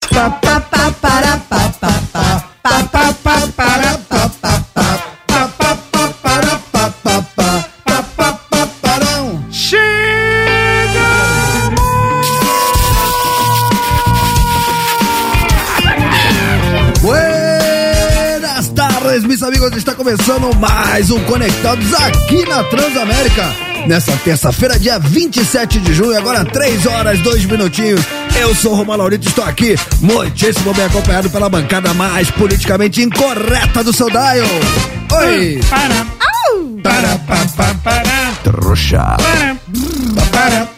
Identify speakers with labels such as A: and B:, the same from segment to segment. A: pa pa pa para pa pa pa pa pa pa para pa pa pa pa pa pa para pa pa pa pa pa pa parão.
B: Chega!
A: Buenas tardes, meus amigos. Está começando mais um Conectados aqui na Transamérica. Nessa terça-feira, dia 27 de junho, agora 3 horas, 2 minutinhos. Eu sou o Romão Laurito, estou aqui muitíssimo bem acompanhado pela bancada mais politicamente incorreta do seu dial. Oi!
B: Hum,
C: Hum.
B: Para, para, pa, pa, para,
A: Trouxa!
B: para,
A: Para,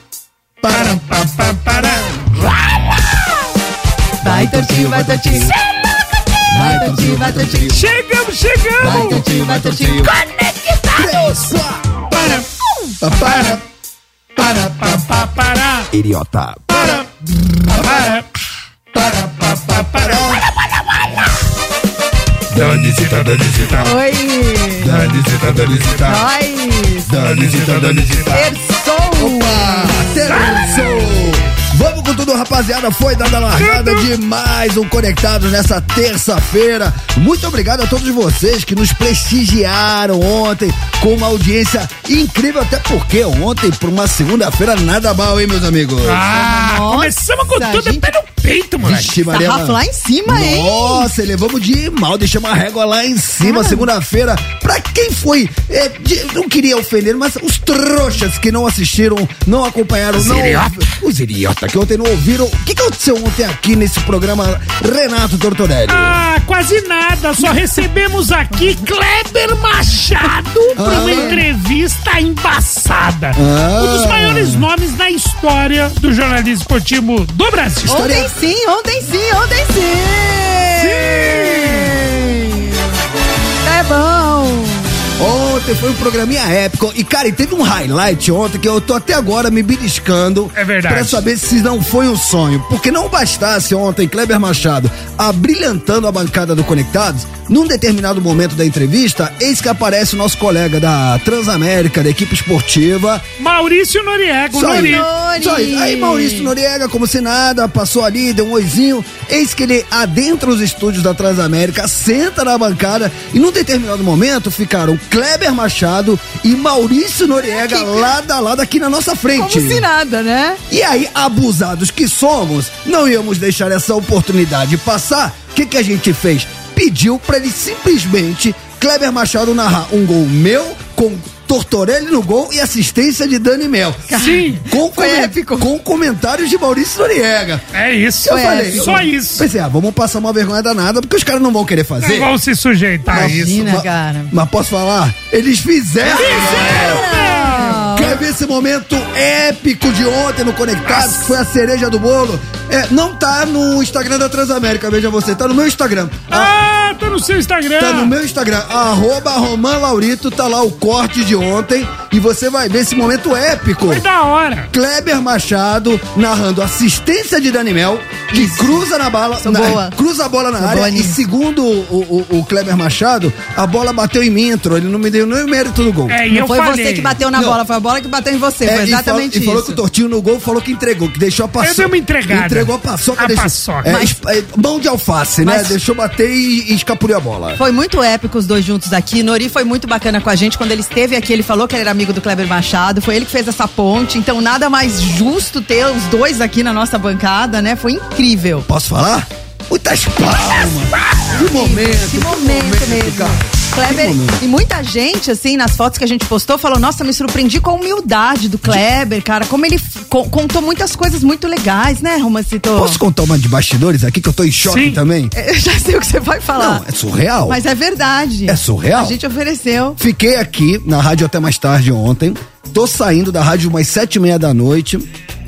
A: para,
B: pa, pa, para.
A: vai, Tortinho, vai, Tortinho! Vai, Tortinho, vai, Tortinho!
B: Chegamos, chegamos!
A: Tortinho, vai, Tortinho! Conectados!
B: Para,
A: Tá, Para, para,
B: pa, pa, para,
A: idiota!
B: para, para, para, pa, pa, para.
D: Danicita, Danicita,
E: Oi!
D: Danicita, Danicita,
E: Nós!
D: Danicita, Danicita.
E: Terçou!
A: Opa, terçou! Vamos com tudo, rapaziada. Foi dada a largada de mais um Conectados nessa terça-feira. Muito obrigado a todos vocês que nos prestigiaram ontem com uma audiência incrível, até porque ontem, por uma segunda-feira, nada mal, hein, meus amigos?
B: Ah,
E: Nossa,
B: começamos com tudo
E: gente.
B: até no peito, moleque.
A: Vixe, Maria.
E: Sarrafo lá em cima, hein? Ah.
A: Nossa, elevamos de mal, deixamos a régua lá em cima, segunda-feira. Pra quem foi, é, de- não queria ofender, mas os trouxas que não assistiram, não acompanharam, não.
B: idiota.
A: Os idiota que ontem não ouviram. O que, que aconteceu ontem aqui nesse programa Renato Tortorelli?
B: Ah, quase nada, só recebemos aqui Kleber Machado para uma
A: Ah.
B: entrevista embaçada.
A: Ah.
B: Um dos maiores nomes na história do jornalismo esportivo do Brasil.
E: Ontem sim, ontem sim, ontem sim! Tá bom!
A: Ontem foi um programinha épico. E, cara, e teve um highlight ontem que eu tô até agora me beliscando.
B: É verdade.
A: Pra saber se não foi um sonho. Porque não bastasse ontem Kleber Machado abrilhantando a bancada do Conectados, num determinado momento da entrevista, eis que aparece o nosso colega da Transamérica, da equipe esportiva.
B: Maurício Noriega, o
A: Só aí,
B: Nori.
E: Nori.
A: só aí. Aí Maurício Noriega, como se nada, passou ali, deu um oizinho. Eis que ele adentra os estúdios da Transamérica, senta na bancada e num determinado momento ficaram Kleber Machado e Maurício Noriega lado a lado aqui na nossa
E: Como
A: frente.
E: se nada, né?
A: E aí, abusados que somos, não íamos deixar essa oportunidade passar. O que, que a gente fez? Pediu pra ele simplesmente Kleber Machado narrar um gol meu com Tortorelli no gol e assistência de Dani Mel.
B: Sim.
A: Com,
E: Foi
A: comen-
E: épico.
A: com comentários de Maurício Noriega.
B: É isso.
A: Eu
E: Foi
A: falei.
B: Só isso.
A: Pensei, ah, vamos passar uma vergonha danada porque os caras não vão querer
B: Não
A: fazer.
B: vão se sujeitar a isso.
E: Imagina,
A: Ma-
E: cara.
A: Mas posso falar? Eles fizeram!
E: Não.
A: Quer ver esse momento épico de ontem no Conectados, que foi a cereja do bolo? É, não tá no Instagram da Transamérica, veja você, tá no meu Instagram. Ah,
B: Ah, tá no seu Instagram.
A: Tá no meu Instagram, arroba Roman Laurito, tá lá o corte de ontem e você vai ver esse momento épico.
B: Foi da hora.
A: Kleber Machado narrando assistência de Dani Mel, que cruza na bala,
E: Sou
A: na-
E: boa.
A: cruza a bola na
E: Sou
A: área
E: boa
A: e
E: nisso.
A: segundo o, o- o Kleber Machado, a bola bateu em mim, entrou, ele não me deu nem o mérito do gol.
B: É, e
E: Não
B: eu
E: foi
B: falei.
E: você que bateu na
A: Não.
E: bola, foi a bola que bateu em você.
A: É,
E: foi exatamente
A: e falou, E falou que
E: isso.
A: o Tortinho no gol falou que entregou, que deixou a paçoca.
B: Eu dei uma entregada.
A: Entregou a paçoca.
B: A
A: deixou-
B: paçoca.
A: É,
B: Mas-
A: es- é, mão de alface, né?
E: Mas-
A: Deixou bater e, e escapuliu a bola.
E: Foi muito épico os dois juntos aqui. Nori foi muito bacana com a gente. Quando ele esteve aqui, ele falou que ele era amigo do Kleber Machado. Foi ele que fez essa ponte. Então, nada mais justo ter os dois aqui na nossa bancada, né? Foi incrível.
A: Posso falar? Muitas palmas. Que momento.
E: Que momento mesmo. Kleber,
A: Que momento.
E: e muita gente, assim, nas fotos que a gente postou, falou: Nossa, me surpreendi com a humildade do Kleber, cara. Como ele f- co- contou muitas coisas muito legais, né, Romancito?
A: Posso contar uma de bastidores aqui que eu tô em choque
B: Sim.
A: também?
E: Eu já sei o que você vai falar.
A: Não, é surreal.
E: Mas é verdade.
A: É surreal?
E: A gente ofereceu.
A: Fiquei aqui na rádio até mais tarde ontem. Tô saindo da rádio umas sete e meia da noite.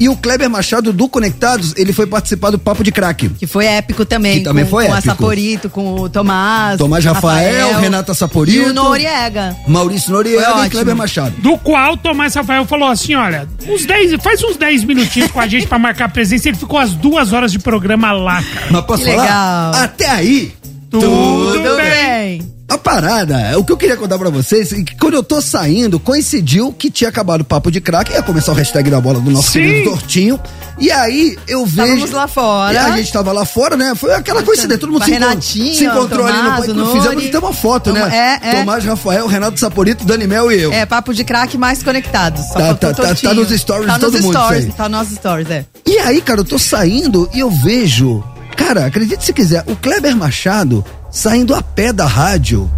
A: E o Kleber Machado do Conectados, ele foi participar do Papo de Craque.
E: Que foi épico também.
A: Que também
E: com,
A: foi
E: com
A: épico.
E: a Saporito, com o Tomás.
A: Tomás Rafael, Renata Saporito.
E: E o Noriega.
A: Maurício
E: Foi
A: Noriega e
E: ótimo.
A: Kleber Machado.
B: Do qual Tomás Rafael falou assim: olha, uns 10, faz uns 10 minutinhos com a gente pra marcar presença. Ele ficou as duas horas de programa lá, cara.
A: Mas posso
E: Que
A: falar?
E: legal.
A: Até aí.
B: Tudo bem.
E: bem.
A: A parada, o que eu queria contar pra vocês é que quando eu tô saindo, coincidiu que tinha acabado o papo de crack, ia começar o hashtag da bola do nosso
B: Sim.
A: querido Tortinho. E aí eu vejo.
E: Estávamos lá fora.
A: E a gente tava lá fora, né? Foi aquela coincidência, todo mundo
E: Com a
A: se, encon-
E: Renatinha,
A: se encontrou
E: Tomás,
A: ali
E: o
A: no
E: Nori.
A: Fizemos até uma foto,
E: Toma-
A: né?
E: é, é.
A: Tomás, Rafael, Renato Saporito, Dani Mel e eu.
E: É, papo de craque mais conectados. Só
A: Tá,
E: faltou
A: tá, tá,
E: tortinho.
A: tá nos stories
E: tá
A: de todo
E: nos
A: mundo isso
E: stories,
A: aí.
E: Tá nos stories, é.
A: E aí, cara, eu tô saindo e eu vejo. Cara, acredite se quiser, o Kleber Machado saindo a pé da rádio.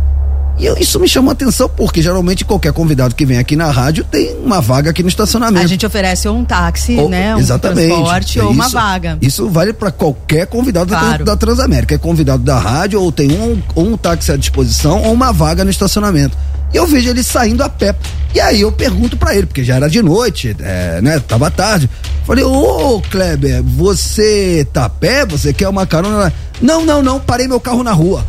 A: E eu- isso me chamou a atenção, porque geralmente qualquer convidado que vem aqui na rádio tem uma vaga aqui no estacionamento.
E: A gente oferece ou um táxi,
A: É. Ou-
E: né? Um
A: Exatamente. é
E: transporte ou uma
A: Isso-
E: vaga.
A: Isso vale pra qualquer convidado da-
E: Claro.
A: da, Transamérica. É convidado da rádio, ou tem um, ou um táxi à disposição, ou uma vaga no estacionamento. E eu vejo ele saindo a pé. E aí eu pergunto pra ele, porque já era de noite, é, né? Tava tarde. Falei, ô Kleber, você tá a pé? Você quer uma carona? Não, não, não, parei meu carro na rua.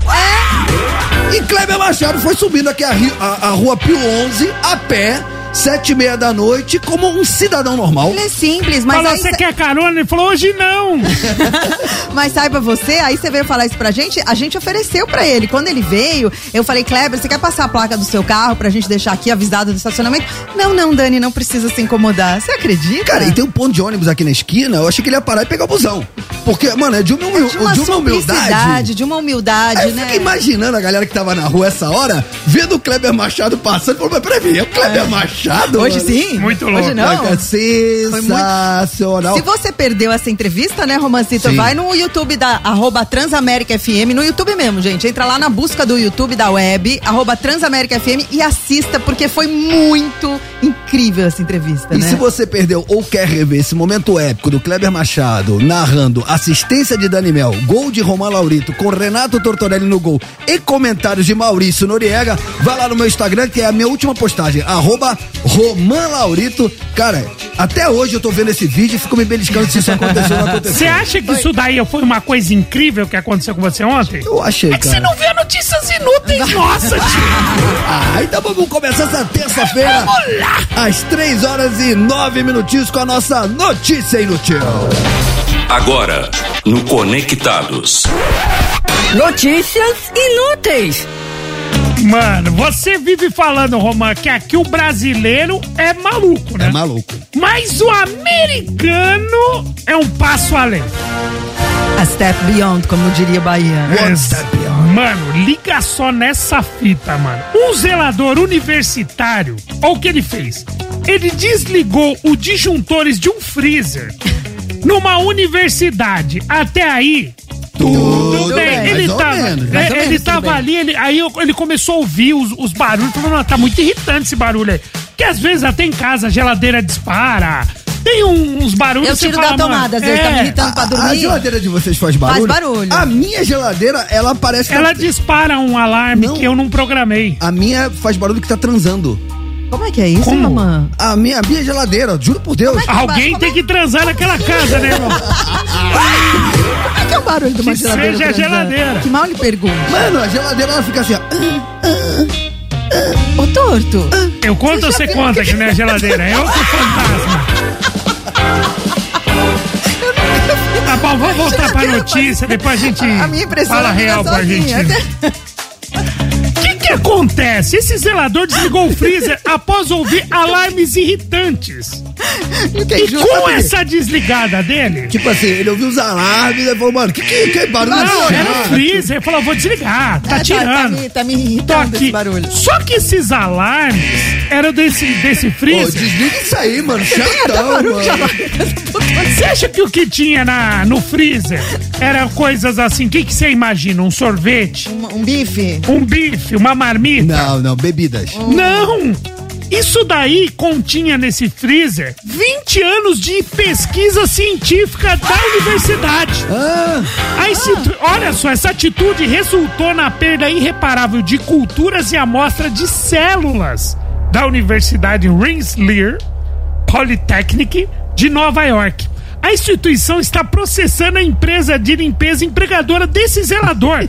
A: E Kleber Machado foi subindo aqui a, ri- a- a rua Pio 11, a pé, sete e meia da noite, como um cidadão normal.
E: Ele é simples, mas
B: Falou,
E: aí
B: você
E: cê-
B: quer carona? Ele falou, hoje não.
E: Mas saiba você, aí você veio falar isso pra gente, a gente ofereceu pra ele. Quando ele veio, eu falei, Kleber, você quer passar a placa do seu carro pra gente deixar aqui avisado do estacionamento? Não, não, Dani, não precisa se incomodar. Você acredita?
A: Cara, e tem um ponto de ônibus aqui na esquina, eu achei que ele ia parar e pegar o busão. Porque, mano, é de uma, humil-
E: de uma,
A: de uma humildade.
E: simplicidade, de uma humildade,
A: Aí eu
E: né?
A: fico imaginando a galera que tava na rua essa hora, vendo o Kleber Machado passando, falou, mas peraí, é o Kleber Machado?
E: Hoje
A: mano?
E: Tá sim?
B: Muito louco.
E: Hoje
A: Vai
E: não.
A: ficar É sensacional.
E: Se você perdeu essa entrevista, né, Romancito,
A: Sim.
E: vai no YouTube da arroba Transamérica FM, no YouTube mesmo, gente. Entra lá na busca do YouTube da web, arroba Transamérica FM e assista, porque foi muito incrível essa entrevista,
A: E
E: né?
A: se você perdeu ou quer rever esse momento épico do Kleber Machado narrando assistência de Dani Mel, gol de Romão Laurito com Renato Tortorelli no gol e comentários de Maurício Noriega, vai lá no meu Instagram que é a minha última postagem, arroba Roman Laurito. Cara, até hoje eu tô vendo esse vídeo e fico me beliscando se isso aconteceu ou não aconteceu.
B: Você acha que isso daí foi uma coisa incrível que aconteceu com você ontem?
A: Eu achei,
B: É que você
A: cara.
B: não vê notícias inúteis, nossa, tio.
A: Ah, então vamos começar essa terça-feira às três horas e nove minutinhos com a nossa notícia inútil.
F: Agora, no Conectados.
G: Notícias inúteis.
B: Mano, você vive falando, Romã, que aqui o brasileiro é maluco, né?
A: É maluco.
B: Mas o americano é um passo além.
E: A Step Beyond, como diria Bahia.
A: One step beyond.
B: Mano, liga só nessa fita, mano. Um zelador universitário, olha o que ele fez. Ele desligou os disjuntores de um freezer numa universidade. Até aí. Tudo
A: bem, mais
B: ele
A: ou
B: tava,
A: menos,
B: é,
A: mais
E: ou
B: ele
E: menos, tudo
B: tava
E: bem.
B: ali, ele, aí eu- ele começou a ouvir os, os barulhos, falou, não, tá muito irritante esse barulho aí. Porque às vezes até em casa a geladeira dispara, tem um- uns barulhos
E: Eu
B: que você
E: tiro da
B: fala, mano,
E: tomada, às vezes tá me
B: é.
E: irritando pra
A: A
E: dormir.
A: geladeira de vocês faz barulho?
E: Faz barulho.
A: A minha geladeira, ela parece que
B: Ela
A: tá-
B: dispara um alarme
A: Não.
B: que eu não programei.
A: A minha faz barulho que tá transando.
E: Como é que é isso,
B: Como?
E: mamãe?
A: A minha, a minha geladeira, juro por Deus.
B: Alguém
E: Como
B: tem
E: é-
B: que transar naquela casa, né, irmão?
E: Como é que é o barulho de uma
B: Que
E: geladeira?
B: seja a
E: transando?
B: geladeira.
E: Que mal lhe pergunto.
A: Mano, a geladeira ela fica assim, ó.
E: Ô, torto,
B: Eu conto ou você conta que não é geladeira? Eu que fantasma. Tá bom, vamos voltar pra notícia, depois a gente
E: a minha impressão
B: fala
E: é que
B: real
E: tá
B: pra gente.
E: sozinha.
B: O que que acontece? Esse zelador desligou o freezer após ouvir alarmes irritantes.
E: Não tem
B: E
E: é justo.
B: com essa desligada dele...
A: Tipo assim, ele ouviu os alarmes e falou, mano, que, que, que barulho é
B: Não,
A: esse?
B: era o freezer. Ele falou, vou desligar,
E: Ah,
B: tá
E: Tá,
B: tirando.
E: me, tá me
B: Tô
E: irritando
B: aqui.
E: esse barulho.
B: Só que esses alarmes eram desse, desse
A: Pô,
B: freezer.
A: desliga isso aí, mano. Chatão, mano.
B: Você acha que o que tinha na, no freezer era coisas assim? O que que você imagina? Um sorvete?
E: Um, um bife. Oh.
B: Um bife? Uma marmita?
A: Não, não, bebidas.
B: Não! Isso daí continha nesse freezer 20 anos de pesquisa científica da universidade.
A: Ah.
B: A institu- Olha só, essa atitude resultou na perda irreparável de culturas e amostra de células da Universidade Rensselaer Polytechnic de Nova York. A instituição está processando a empresa de limpeza empregadora desse zelador.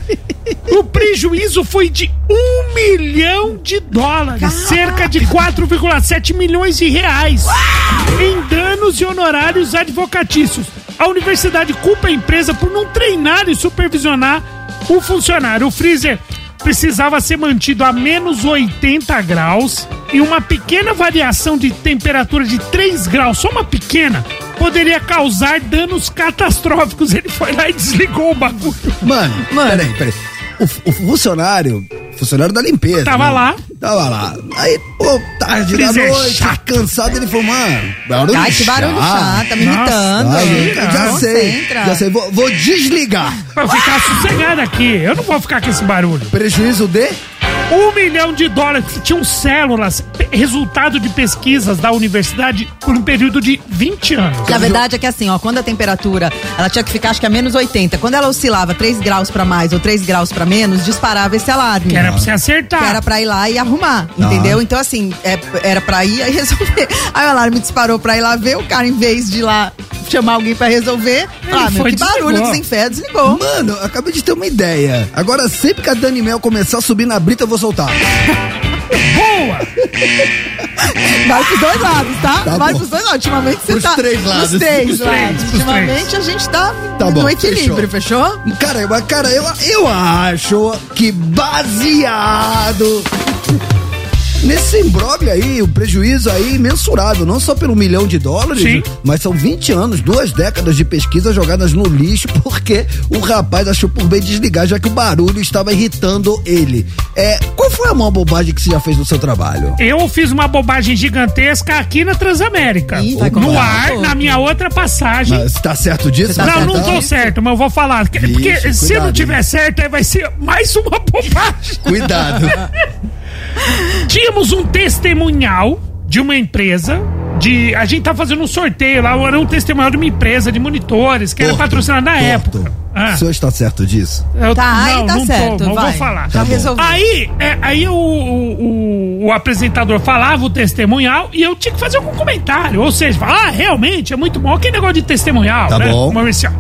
B: O prejuízo foi de um milhão de dólares, cerca de 4,7 milhões de reais em danos e honorários advocatícios. A universidade culpa a empresa por não treinar e supervisionar o funcionário. O freezer precisava ser mantido a menos 80 graus e uma pequena variação de temperatura de 3 graus, só uma pequena, poderia causar danos catastróficos. Ele foi lá e desligou o bagulho.
A: Mano,
E: Mano.
A: peraí, peraí. O, o funcionário, funcionário da limpeza.
B: Tava
A: né?
B: lá.
A: Tava lá. Aí, pô, tarde da
B: Freezer
A: noite,
B: chato.
A: cansado, ele falou, mano, barulho
E: Ai, que barulho chato, tá me irritando.
A: Ai,
E: Aí,
A: já sei,
E: desconcentra.
A: já sei, vou, vou desligar.
B: Pra ficar sossegado aqui. Eu não vou ficar com esse barulho.
A: Prejuízo de?
B: Um milhão de dólares tinham células, pe- resultado de pesquisas da universidade por um período de 20 anos.
E: Na verdade é que assim, ó, quando a temperatura, ela tinha que ficar acho que a menos 80. Quando ela oscilava 3 graus pra mais ou 3 graus pra menos, disparava esse alarme.
B: Que era pra você acertar.
E: Que era pra ir lá e arrumar,
A: Ah.
E: entendeu? Então assim, é- era pra ir aí resolver. Aí o alarme disparou pra ir lá ver, o cara em vez de ir lá chamar alguém pra resolver, ah, meu,
B: foi,
E: que barulho
B: desligou.
E: desenfé, desligou.
A: Mano, eu acabei de ter uma ideia. Agora, sempre que a Dani Mel começar a subir na brita, eu vou soltar.
B: Boa!
E: Vai pros dois lados, tá?
A: Tá
E: Vai
A: bom.
E: pros dois lados. Ultimamente você
A: Pros
E: tá.
A: três lados.
E: Os três
A: Pros
B: três,
E: lados.
B: pros
E: Ultimamente a gente tá,
A: Tá bom,
E: no equilíbrio, fechou?
A: Cara, mas, cara, eu, eu acho que baseado nesse imbróglio aí, o prejuízo aí é imensurável, não só pelo milhão de dólares,
B: Sim.
A: mas são 20 anos, duas décadas de pesquisa jogadas no lixo porque o rapaz achou por bem desligar, já que o barulho estava irritando ele. É, qual foi a maior bobagem que você já fez no seu trabalho?
B: Eu fiz uma bobagem gigantesca aqui na Transamérica.
E: Ih, tá vai
B: no
E: comprar.
B: ar, na minha outra passagem.
A: Mas, tá certo disso?
E: Você tá
A: Tá
B: não, não
A: certo?
B: tô certo, mas eu vou falar. Porque
A: Vixe,
B: se
A: cuidado,
B: não tiver certo, aí vai ser mais uma bobagem.
A: Cuidado.
B: Tínhamos um testemunhal de uma empresa. De, a gente tá fazendo um sorteio lá, era um testemunhal de uma empresa de monitores que era
A: Torto,
B: patrocinada na
A: torto.
B: época.
A: O
B: Ah.
A: senhor está certo disso?
B: Eu-
E: Tá, aí tá
B: não
E: certo,
B: não
E: vai.
B: vou falar.
A: Tá bom.
E: resolvido.
B: Aí, é, aí o, o- o- o apresentador falava o testemunhal e eu tinha que fazer algum comentário. Ou seja, falar, ah, realmente, é muito bom. Que negócio de testemunhal,
A: Tá
B: né?
A: bom.
B: Comercial.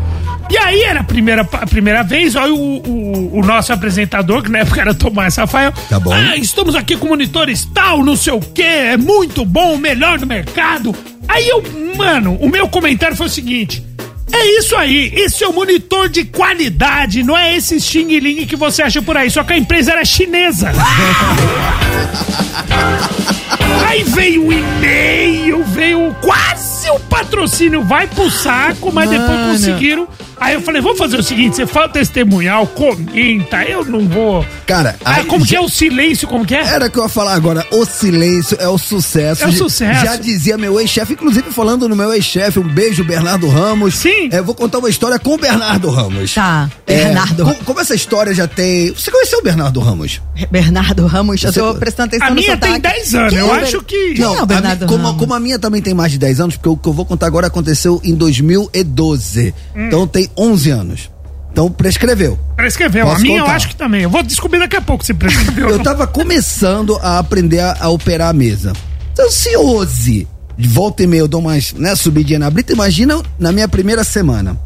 B: E aí era a primeira, a primeira vez, aí o, o- o nosso apresentador, que na época era Tomás Rafael.
A: Tá bom.
B: Ah, estamos aqui com monitores tal, não sei o quê, é muito bom, o melhor do mercado. Aí eu, mano, o meu comentário foi o seguinte. É isso aí, esse é o monitor de qualidade, não é esse xing ling que você acha por aí, só que a empresa era chinesa. Aí veio o e-mail, veio quase o patrocínio, vai pro saco, mas depois
E: Mano.
B: conseguiram. Aí eu falei, vamos fazer o seguinte, você fala testemunhal, comenta, eu não vou...
A: Cara,
B: Ah,
A: aí-
B: como que é o silêncio, como que é?
A: Era o que eu ia falar agora. O silêncio é o sucesso.
B: É o
A: Já-
B: sucesso.
A: Já dizia meu ex-chefe, inclusive falando no meu ex-chefe, um beijo, Bernardo Ramos.
B: Sim.
A: É, vou contar uma história com o Bernardo Ramos.
E: Tá,
A: É,
E: Bernardo.
A: co- como essa história já tem. Você conheceu o Bernardo Ramos?
E: Bernardo Ramos, eu
A: Você-
E: tô prestando atenção
B: A
E: no
B: minha tem
E: sotaque.
B: 10 anos,
E: Quem
B: eu
E: é o
B: acho
E: Ber-
B: que...
E: Quem é o Bernardo
A: a, mi- como,
E: Ramos?
A: como a minha também tem mais de 10 anos, porque o que eu vou contar agora aconteceu em 2012.
B: Hum.
A: Então tem 11 anos. Então prescreveu.
B: Prescreveu, a
A: Posso
B: minha eu
A: contar?
B: acho que também. Eu vou descobrir daqui a pouco se prescreveu. ou
A: Eu
B: não.
A: tava começando a aprender a, a operar a mesa. Então, se hoje, de volta e meia, eu dou umas né, subidinha na brita, imagina na minha primeira semana.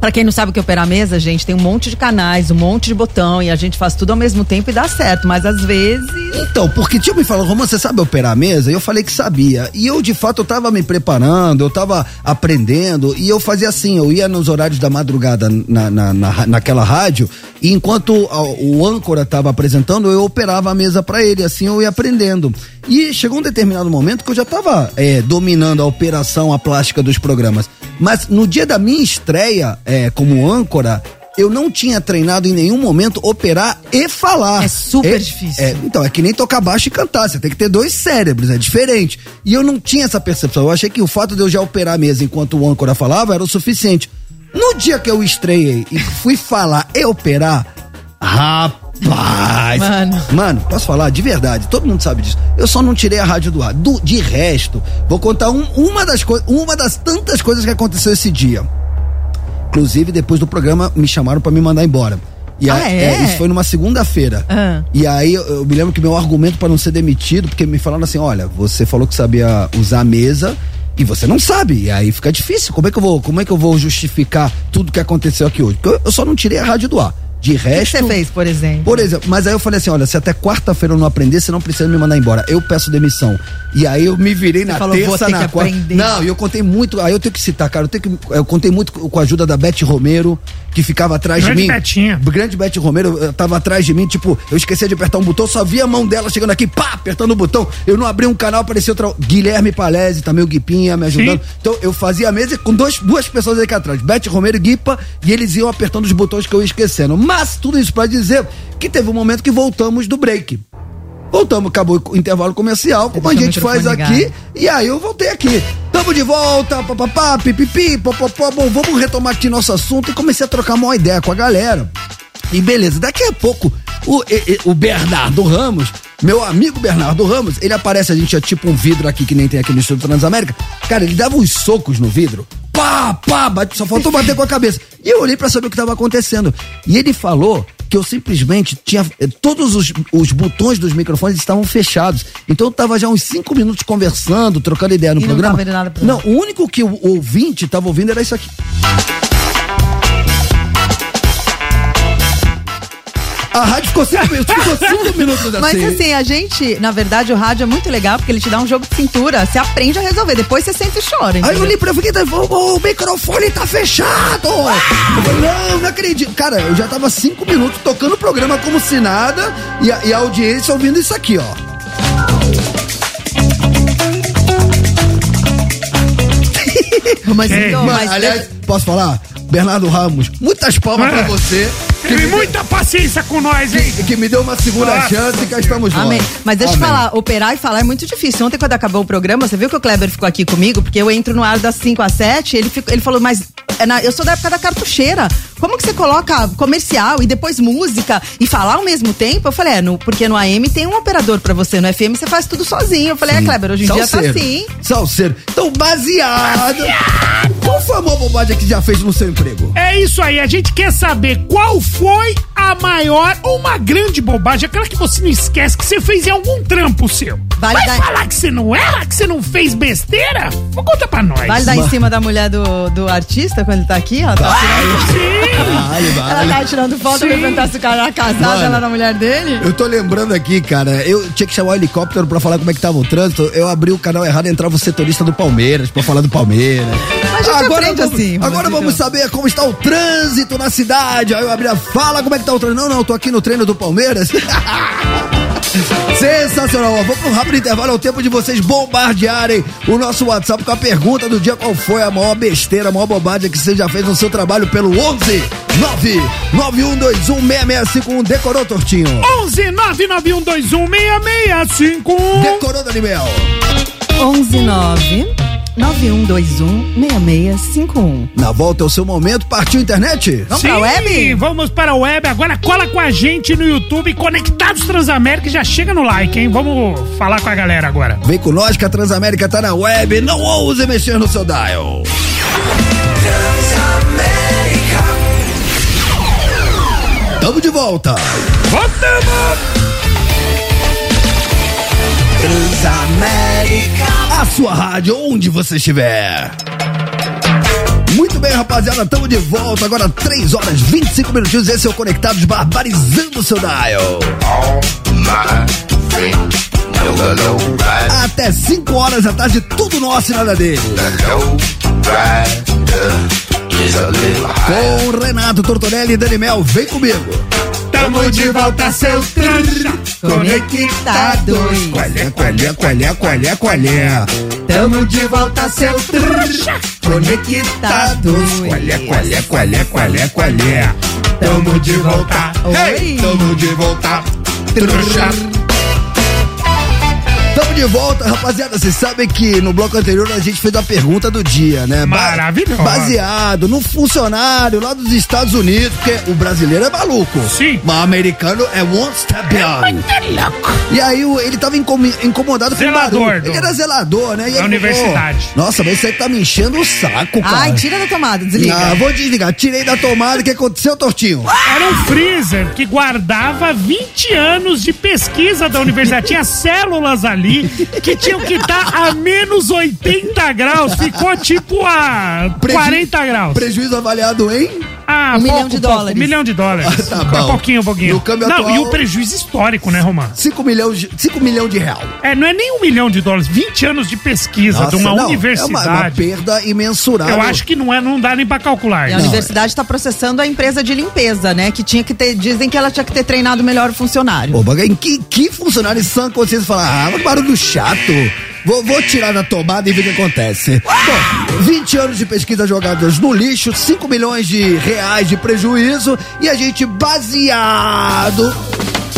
E: Pra quem não sabe o que é operar a mesa, gente, tem um monte de canais, um monte de botão e a gente faz tudo ao mesmo tempo e dá certo, mas às vezes.
A: Então, porque tinha me falado, Romã, você sabe operar a mesa? E eu falei que sabia. E eu, de fato, eu tava me preparando, eu tava aprendendo. E eu fazia assim, eu ia nos horários da madrugada na, na, na- naquela rádio. E enquanto a- o âncora tava apresentando, eu operava a mesa pra ele. Assim eu ia aprendendo. E chegou um determinado momento que eu já tava é, dominando a operação, a plástica dos programas. Mas no dia da minha estreia é, como âncora... Eu não tinha treinado em nenhum momento operar e falar.
E: É super
A: É-
E: difícil.
A: é, então, é que nem tocar baixo e cantar, você tem que ter dois cérebros, é diferente. E eu não tinha essa percepção. Eu achei que o fato de eu já operar a mesa enquanto o âncora falava era o suficiente. No dia que eu estreiei e fui falar e operar, rapaz!
E: Mano.
A: Mano, posso falar? De verdade, todo mundo sabe disso. Eu só não tirei a rádio do ar. Do- de resto, vou contar um- uma, das coi- uma das tantas coisas que aconteceu esse dia. Inclusive, depois do programa, me chamaram pra me mandar embora. E a-
E: Ah, é?
A: isso foi numa segunda-feira.
E: Ah.
A: E aí eu, eu me lembro que meu argumento pra não ser demitido, porque me falaram assim: olha, você falou que sabia usar a mesa e você não sabe. E aí fica difícil. Como é que eu vou, como é que eu vou justificar tudo que aconteceu aqui hoje? Porque eu, eu só não tirei a rádio do ar. De
E: O que que
A: resto.
E: você fez, por exemplo?
A: Por exemplo, mas aí eu falei assim: olha, se até quarta-feira eu não aprender, você não precisa me mandar embora. Eu peço demissão. E aí eu me virei na
E: falou, vou
A: terça,
E: ter
A: na
E: que
A: quarta.
E: aprender.
A: Não, e eu contei muito. Aí eu tenho que citar, cara. Eu, tenho que, eu contei muito com a ajuda da Beth Romero, que ficava atrás
B: Grande
A: de mim.
B: Betinha.
A: Grande Beth Romero eh, tava atrás de mim, tipo, eu esquecia de apertar um botão, só vi a mão dela chegando aqui, pá, apertando o botão. Eu não abri um canal, apareceu outra. Guilherme Palese, também o Guipinha me ajudando.
B: Sim.
A: Então eu fazia a mesa com dois, duas pessoas aqui atrás, Beth Romero e Guipa, e eles iam apertando os botões que eu ia esquecendo. Mas tudo isso pra dizer que teve um momento que voltamos do break. Voltamos, acabou o intervalo comercial, como a
E: deixou o
A: gente faz
E: microfone
A: aqui,
E: ligado.
A: e aí eu voltei aqui. Tamo de volta, papapá, pipipi, popopó. Bom, vamos retomar aqui nosso assunto e comecei a trocar uma ideia com a galera. E beleza, daqui a pouco o, e- e- o Bernardo Ramos, meu amigo Bernardo Ramos, ele aparece, a gente é tipo um vidro aqui que nem tem aqui no Estúdio Transamérica. Cara, ele dava uns socos no vidro. Pá, pá, bate, só faltou bater com a cabeça. E eu olhei pra saber o que tava acontecendo. E ele falou que eu simplesmente tinha. eh, Todos os, os botões dos microfones estavam fechados. Então eu tava já uns cinco minutos conversando, trocando ideia no
E: E não
A: programa.
E: tava indo nada pro-
A: não, o único que o ouvinte tava ouvindo era isso aqui. A rádio ficou cinco minutos, ficou cinco minutos assim.
E: Mas assim, a gente, na verdade, o rádio é muito legal porque ele te dá um jogo de cintura. Você aprende a resolver, depois você sente e chora.
A: Aí eu
E: entendeu?
A: olhei pra ele e falei, "Vô, o microfone tá fechado! Eu falei, não, não acredito. Cara, eu já tava cinco minutos tocando o programa como se nada e a, e a audiência ouvindo isso aqui, ó.
E: Mas,
B: Ei,
E: então,
B: mano,
E: mas-
A: Mas, aliás, posso falar? Bernardo Ramos, muitas palmas pra você. Que
B: Teve
A: me,
B: muita paciência com nós, hein?
A: que me deu uma segunda
B: Nossa
A: chance e cá estamos nós.
E: Amém. Mas deixa
A: Amém.
E: eu falar, operar e falar é muito difícil. Ontem, quando acabou o programa, você viu que o Kleber ficou aqui comigo, porque eu entro no ar das 5 às 7, ele, ficou- ele falou, mas é na- eu sou da época da cartucheira. Como que você coloca comercial e depois música e falar ao mesmo tempo? Eu falei, é, no- porque no AM tem um operador pra você, no FM você faz tudo sozinho. Eu falei, é, Kleber, hoje em dia tá assim.
A: Salseiro. Então, baseado. Qual foi a maior bobagem que já fez no seu emprego?
B: É isso aí, a gente quer saber qual foi a maior ou uma grande bobagem, aquela que você não esquece que você fez em algum trampo seu.
E: Vale
B: Vai
E: dar-
B: falar que você não erra, que você não fez besteira? Vou contar pra nós.
E: Vale dar em cima da mulher do, do artista quando ele tá aqui, ó. Tá tirando-
B: Sim.
A: Vale,
E: ela tava tirando foto, me perguntar se o cara era casado,
A: Mano.
E: ela era a mulher dele.
A: Eu tô lembrando aqui, cara, eu tinha que chamar o helicóptero pra falar como é que tava o trânsito. Eu abri o canal errado e entrava o setorista do Palmeiras pra falar do Palmeiras.
E: Mas a gente aprende
A: vamos,
E: assim,
A: Agora
E: Rodrigo.
A: vamos saber como está o trânsito na cidade. Aí eu abri a fala, como é que tá o trânsito? Não, não, eu tô aqui no treino do Palmeiras. Sensacional, ó. Vamos pra um rápido intervalo, é o tempo de vocês bombardearem o nosso WhatsApp com a pergunta do dia: qual foi a maior besteira, a maior bobagem que você já fez no seu trabalho pelo 11 991216651. Decorou, Tortinho?
B: 11 991216651.
A: Decorou, Daniel?
E: 119 9121 6651.
A: Na volta é o seu momento, partiu internet?
E: Vamos pra web?
B: Vamos para a web. Agora cola com a gente no YouTube, Conectados Transamérica. e Já chega no like, hein? Vamos falar com a galera agora.
A: Vem com nós que a Transamérica tá na web, não ouse mexer no seu dial. Tamo de volta.
B: Voltamos!
A: Transamérica. A sua rádio, onde você estiver. Muito bem, rapaziada, tamo de volta. Agora 3 horas 25 minutinhos. Esse é o Conectados Barbarizando o seu dial. Até 5 horas da tarde, tudo nosso e nada dele. Com Renato Tortonelli e Dani Mel, vem comigo.
B: Tamo de volta, seu trancha.
E: Conectados.
A: Qualé, qualé, qualé, qualé, qualé.
E: Tamo de volta, seu Conectados.
D: Qual é, qual é, qual é, qual é, qual é? Tamo de volta,
E: Oi.
D: hey, tamo de volta, trouxa.
A: Tamo de volta, rapaziada. Vocês sabem que no bloco anterior a gente fez a pergunta do dia, né? Ba-
B: Maravilhosa.
A: Baseado no funcionário lá dos Estados Unidos, porque o brasileiro é maluco.
B: Sim.
A: Mas o americano é one step beyond.
E: tá
A: E aí o- ele tava incomi- incomodado com
B: Zelador,
A: o barulho.
B: do-
A: Ele era zelador, né?
B: da
A: E ele falou,
B: universidade.
A: Nossa, mas você tá me enchendo o saco, cara.
E: Ai, tira da tomada, desliga.
A: Ah, vou desligar. Tirei da tomada. O que aconteceu, Tortinho?
B: Era um freezer que guardava 20 anos de pesquisa da universidade. Tinha células ali que tinham que estar a menos 80 graus. Ficou tipo a
A: Preju-
B: 40 graus.
A: Prejuízo avaliado em...
B: Ah,
E: Um
B: pouco,
E: milhão de
B: pouco,
E: dólares.
B: Um milhão de dólares.
A: Ah, tá bom.
B: Pouquinho, pouquinho.
A: No câmbio
B: Não,
A: atual-
B: e o prejuízo histórico, né, Romano?
A: 5 milhões, de- cinco milhão de real.
B: É, não é nem um milhão de dólares, 20 anos de pesquisa de uma
A: não,
B: universidade.
A: É uma, uma perda imensurável.
B: Eu acho que não, é, não dá nem pra calcular.
E: E a universidade está processando a empresa de limpeza, né? Que tinha que ter. Dizem que ela tinha que ter treinado melhor o funcionário.
A: Ô, Baga, em que, que funcionário em sã consciência fala, ah, mas barulho chato. Vou, vou tirar na tomada e ver o que acontece. Bom, 20 anos de pesquisa jogadas no lixo, 5 milhões de reais de prejuízo e a gente baseado.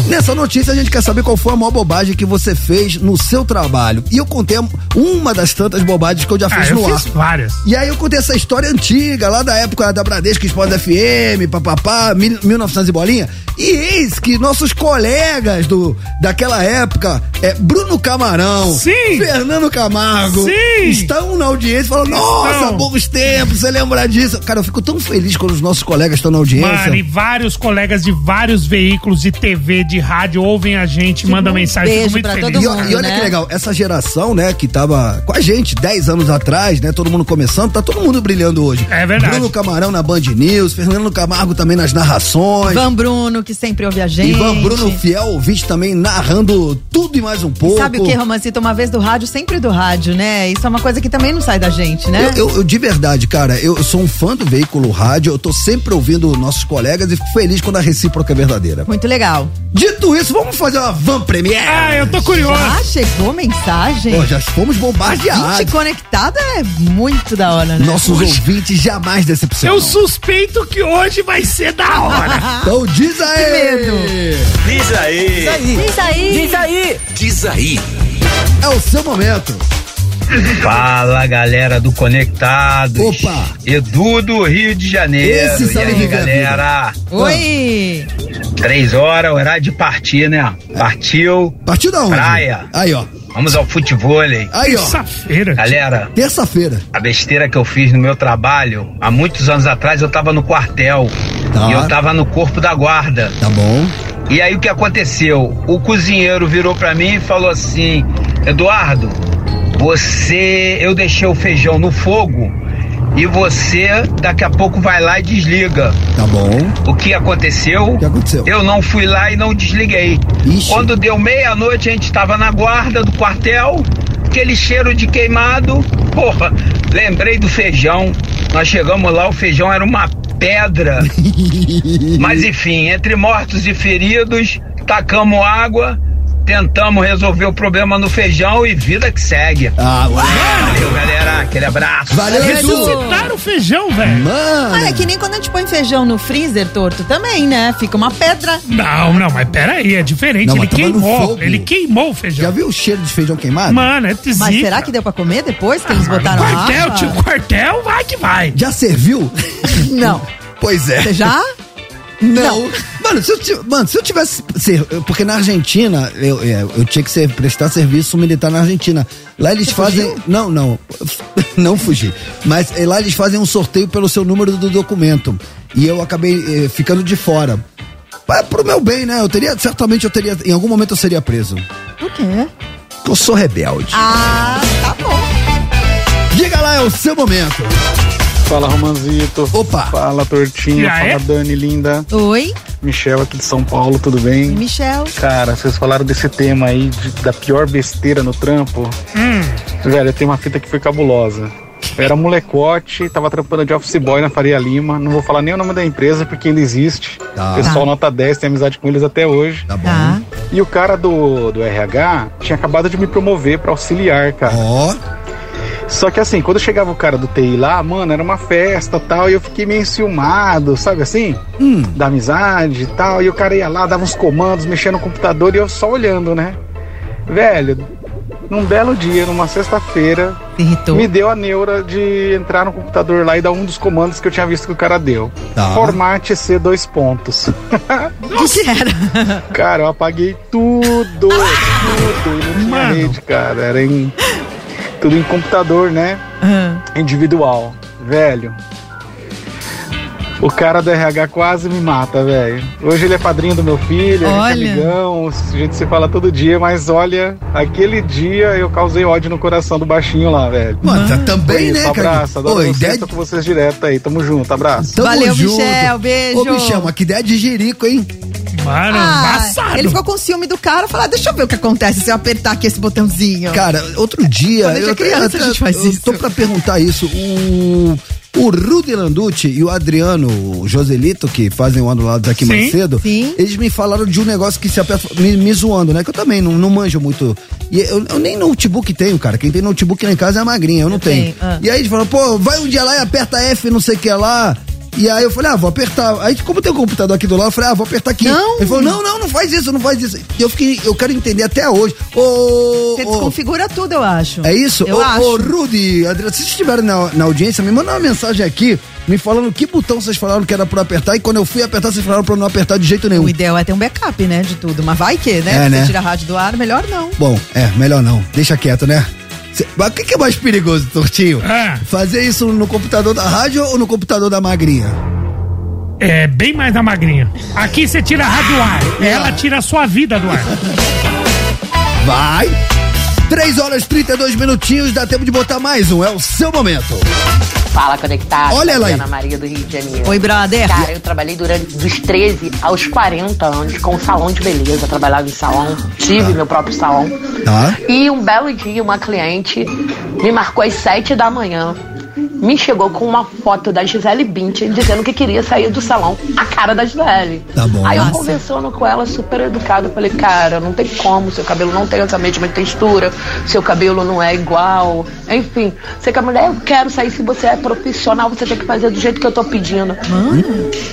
A: Nessa notícia a gente quer saber qual foi a maior bobagem que você fez no seu trabalho. E eu contei uma das tantas bobagens que eu já
B: Ah,
A: fiz
B: eu
A: no ar.
B: fiz várias.
A: E aí eu contei essa história antiga, lá da época da Bradesco Esporte FM, papapá, mil- 1900 e bolinha. E eis que nossos colegas do, daquela época, é, Bruno Camarão,
B: Sim.
A: Fernando Camargo,
B: Sim.
A: estão na audiência e falam, nossa,
B: Estão.
A: bons tempos, você lembra disso? Cara, eu fico tão feliz quando os nossos colegas estão na audiência.
B: Mari, vários colegas de vários veículos de TV, de rádio, ouvem a gente, mandam mensagem.
E: beijo
B: Fico muito
E: pra
B: feliz.
A: E,
E: todo
A: o-
E: mundo,
A: e olha
E: né?
A: que legal, essa geração, né, que tava com a gente 10 anos atrás, né, todo mundo começando, tá todo mundo brilhando hoje.
B: É verdade.
A: Bruno Camarão na Band News, Fernando Camargo também nas narrações.
E: Ivan Bruno, que sempre ouve a gente.
A: Ivan Bruno Fiel, ouvinte também narrando tudo e mais um pouco.
E: Sabe o que, Romancita? Uma vez do rádio, sempre do rádio, né? Isso é uma coisa que também não sai da gente, né?
A: Eu, eu- eu, de verdade, cara, eu, eu sou um fã do veículo rádio, eu tô sempre ouvindo nossos colegas e fico feliz quando a recíproca é verdadeira.
E: Muito legal.
A: Dito isso, vamos fazer uma van premiere.
B: Ah, eu tô curioso.
E: Já chegou mensagem?
A: Pô, já fomos bombardeados.
E: Gente conectada é muito da hora, né?
A: Nossos ouvintes jamais decepcionam.
B: Eu suspeito que hoje vai ser da hora.
A: Então diz aí.
E: Diz aí. Diz aí.
F: Diz aí.
A: É o seu momento.
G: Fala galera do Conectados.
A: Opa.
G: Edu do Rio de Janeiro.
A: Esse sabe
G: e aí,
A: viver a vida.
G: galera?
E: Oi.
G: Três horas, horário de partir, né? Partiu.
A: Partiu da onde?
G: Praia.
A: Aí, ó.
G: Vamos ao futebol. hein?
A: Aí, ó.
B: Terça-feira.
G: Galera,
A: Terça-feira.
G: a besteira que eu fiz no meu trabalho, há muitos anos atrás eu tava no quartel.
A: Tá.
G: E eu tava no corpo da guarda.
A: Tá bom.
G: E aí o que aconteceu? O cozinheiro virou pra mim e falou assim: Eduardo, você. Eu deixei o feijão no fogo e você daqui a pouco vai lá e desliga.
A: Tá bom.
G: O que aconteceu?
A: O que aconteceu?
G: Eu não fui lá e não desliguei.
A: Ixi.
G: Quando deu meia-noite, a gente estava na guarda do quartel, aquele cheiro de queimado. Porra, lembrei do feijão. Nós chegamos lá, o feijão era uma pedra. Mas enfim, entre mortos e feridos, tacamos água, tentamos resolver o problema no feijão e vida que segue.
A: Ah,
G: Valeu, galera. Aquele abraço.
A: valeu, Edu.
B: Ressuscitaram o feijão, velho.
A: Mano.
E: Olha, é que nem quando a gente põe feijão no freezer torto também, né? Fica uma pedra.
B: Não, não, mas peraí, é diferente.
A: Não,
B: ele
A: mas tava no
B: queimou.
A: fogo.
B: Ele queimou o
A: Já
B: feijão.
A: viu o cheiro de feijão queimado?
B: Mano, é zica. Ah,
E: Mas será que deu pra comer depois que eles
B: Mas
E: botaram a
B: Quartel,
E: água?
B: tio, quartel, vai que vai.
A: Já serviu?
E: Não.
A: Pois é.
E: Você já?
A: Não. Mano, se eu, ti- mano, se eu tivesse. ser- Porque na Argentina, eu, é, eu tinha que ser- prestar serviço militar na Argentina. Lá eles fazem. Não, não. Não fugi. Mas é, lá eles fazem um sorteio pelo seu número do documento. E eu acabei é, ficando de fora. Para pro meu bem, né? Eu teria. Certamente eu teria. Em algum momento eu seria preso.
E: Por quê?
A: Eu sou rebelde.
E: Ah, tá bom.
A: Diga lá, é o seu momento.
H: Fala Romanzito.
A: Opa.
H: Fala
B: E
H: Tortinho,
B: aí?
H: fala Dani linda.
E: Oi,
H: Michel aqui de São Paulo, tudo bem?
E: Michel.
H: Cara, vocês falaram desse tema aí de- da pior besteira no trampo.
B: Hum.
H: Velho, tem uma fita que foi cabulosa. Eu era molecote, tava trampando de office boy na Faria Lima. Não vou falar nem o nome da empresa porque ainda existe.
A: Tá.
H: Pessoal nota 10, tem amizade com eles até hoje.
A: Tá bom.
E: Tá.
H: E o cara do, do RH tinha acabado de me promover pra auxiliar, cara.
A: Ó.
H: Só que assim, quando chegava o cara do TI lá, mano, era uma festa tal, e eu fiquei meio enciumado, sabe assim?
A: Hum.
H: Da amizade e tal. E o cara ia lá, dava uns comandos, mexia no computador e eu só olhando, né? Velho, num belo dia, numa sexta-feira,
E: Se irritou.
H: me deu a neura de entrar no computador lá e dar um dos comandos que eu tinha visto que o cara deu.
A: Tá.
H: Formate C dois pontos.
E: Nossa. Era.
H: Cara, eu apaguei tudo, tudo. E não tinha
B: Mano.
H: rede, cara. Era em. Tudo em computador, né? individual, velho. O cara do RH quase me mata, velho. Hoje ele é padrinho do meu filho,
E: Olha.
H: a gente é amigão, a gente se fala todo dia, mas olha, aquele dia eu causei ódio no coração do baixinho lá, velho.
A: Mano,
E: Ah.
A: tá
H: É
A: também,
H: isso,
A: né, cara?
H: Abraço, adoro
A: Ô,
H: vocês,
A: ideia de-
H: tô com vocês direto aí, tamo junto, abraço.
A: Tamo
E: Valeu,
A: junto.
E: Michel, beijo.
A: Ô, Michel, mas que ideia de jerico, hein?
B: Mano,
E: Ah,
B: embaçado.
E: ele ficou com ciúme do cara, falar, deixa eu ver o que acontece se eu apertar aqui esse botãozinho.
A: Cara, outro dia.
E: Quando a gente é
A: até-
E: criança,
A: até-
E: a gente faz
A: eu
E: isso.
A: Tô pra perguntar isso. O. O Rudy Landucci e o Adriano o Joselito, que fazem o ano lá daqui
B: Sim,
A: mais cedo,
E: sim.
A: eles me falaram de um negócio que se aperta, me, me zoando, né? Que eu também não, não manjo muito. E eu, eu nem notebook tenho, cara. Quem tem notebook lá em casa é a magrinha, eu não tenho.
E: tenho, ah.
A: E aí eles falaram, pô, vai um dia lá e aperta F, não sei o que lá. E aí eu falei, ah, vou apertar. Aí, como tem o computador aqui do lado, eu falei, ah, vou apertar aqui.
E: Não.
A: Ele falou, não, não, não faz isso, não faz isso. E eu fiquei, eu quero entender até hoje. Ô,
E: Você
A: ô,
E: desconfigura tudo, eu acho.
A: é isso?
E: Eu
A: ô,
E: acho.
A: ô, Rudy, Adriano, se vocês estiverem na, na audiência, me manda uma mensagem aqui me falando que botão vocês falaram que era pra eu apertar e quando eu fui apertar, vocês falaram pra eu não apertar Tá de jeito nenhum.
E: O ideal é ter um backup, né, de tudo. Mas vai que,
A: É,
E: né?
A: né?
E: Você tira a rádio do ar, melhor não.
A: Bom, é, melhor não. Deixa quieto, né? Cê- mas o que, que é mais perigoso, Tortinho?
B: É.
A: Fazer isso no computador da rádio ou no computador da magrinha?
B: É, bem mais da magrinha. Aqui você tira a rádio do
A: É.
B: ar. Ela tira a sua vida do ar.
A: Vai! 3 horas e 32 minutinhos, dá tempo de botar mais um. É o seu momento.
I: Fala, conectado. é
A: Olha ela aí.
I: Ana Maria do Rio de Janeiro.
E: Oi, brother.
I: Cara, eu trabalhei durante dos 13 aos 40 anos com um salão de beleza. Trabalhava em salão, tive meu próprio salão.
A: Tá?
I: E um belo dia, uma cliente me marcou às 7 da manhã. Me chegou com uma foto da Gisele Bündchen dizendo que queria sair do salão a cara da Gisele.
A: Tá bom.
I: Aí eu
A: Nossa.
I: conversando com ela, super educada, eu falei, cara, não tem como, seu cabelo não tem essa mesma textura, seu cabelo não é igual, enfim. Você que é mulher, eu quero sair, se você é profissional, você tem que fazer do jeito que eu tô pedindo.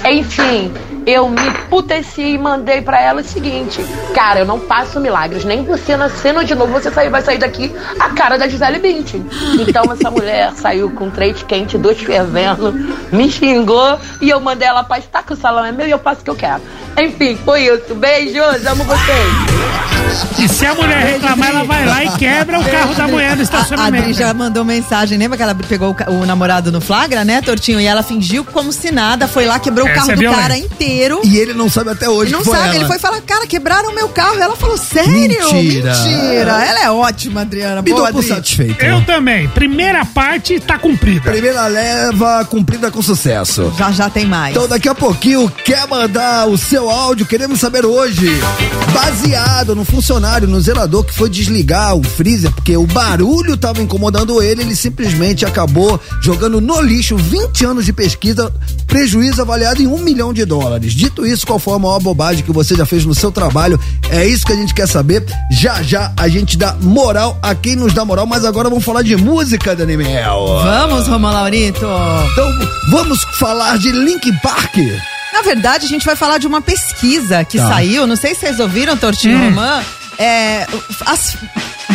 I: Enfim, eu me puteci e mandei pra ela o seguinte: Cara, eu não faço milagres, nem você nascendo de novo, você sair, vai sair daqui a cara da Gisele Bündchen. Então essa mulher saiu com três quente, dois fervendo, me xingou e eu mandei ela pra estar que o salão é meu e eu faço o que eu quero. Enfim, foi isso. Beijos, amo vocês.
B: E se a mulher reclamar, ela vai lá e quebra o carro da mulher no
E: A Adri
B: estacionamento.
E: já mandou mensagem, lembra que ela pegou o ca- o namorado no flagra, né, Tortinho? E ela fingiu como se nada, foi lá, quebrou
B: Essa
E: o carro
B: é
E: do
B: violência.
E: cara inteiro.
A: E ele não sabe até hoje
E: Ele não
A: que foi
E: sabe,
A: ela.
E: ele foi falar, cara, quebraram meu carro. Ela falou, sério?
A: Mentira.
E: Mentira. Ela é ótima, Adriana.
A: Me
E: Boa,
A: dou por
E: Adri.
A: satisfeito. né?
B: Eu também. Primeira parte tá cumprida.
A: Primeira leva cumprida com sucesso.
E: Já já tem mais.
A: Então daqui a pouquinho quer mandar o seu áudio, queremos saber hoje, baseado no funcionário, no zelador que foi desligar o freezer porque o barulho estava incomodando ele, ele simplesmente acabou jogando no lixo 20 anos de pesquisa, prejuízo avaliado em um milhão de dólares. Dito isso, qual foi a maior bobagem que você já fez no seu trabalho? É isso que a gente quer saber. Já já a gente dá moral a quem nos dá moral, mas agora vamos falar de música, Dani Mel.
E: Vamos, Romão Laurito.
A: Então vamos falar de Link Park.
E: Na verdade, a gente vai falar de uma pesquisa que
A: Tá. Hum.
E: saiu, não sei se vocês ouviram, Tortinho Romã, é, as-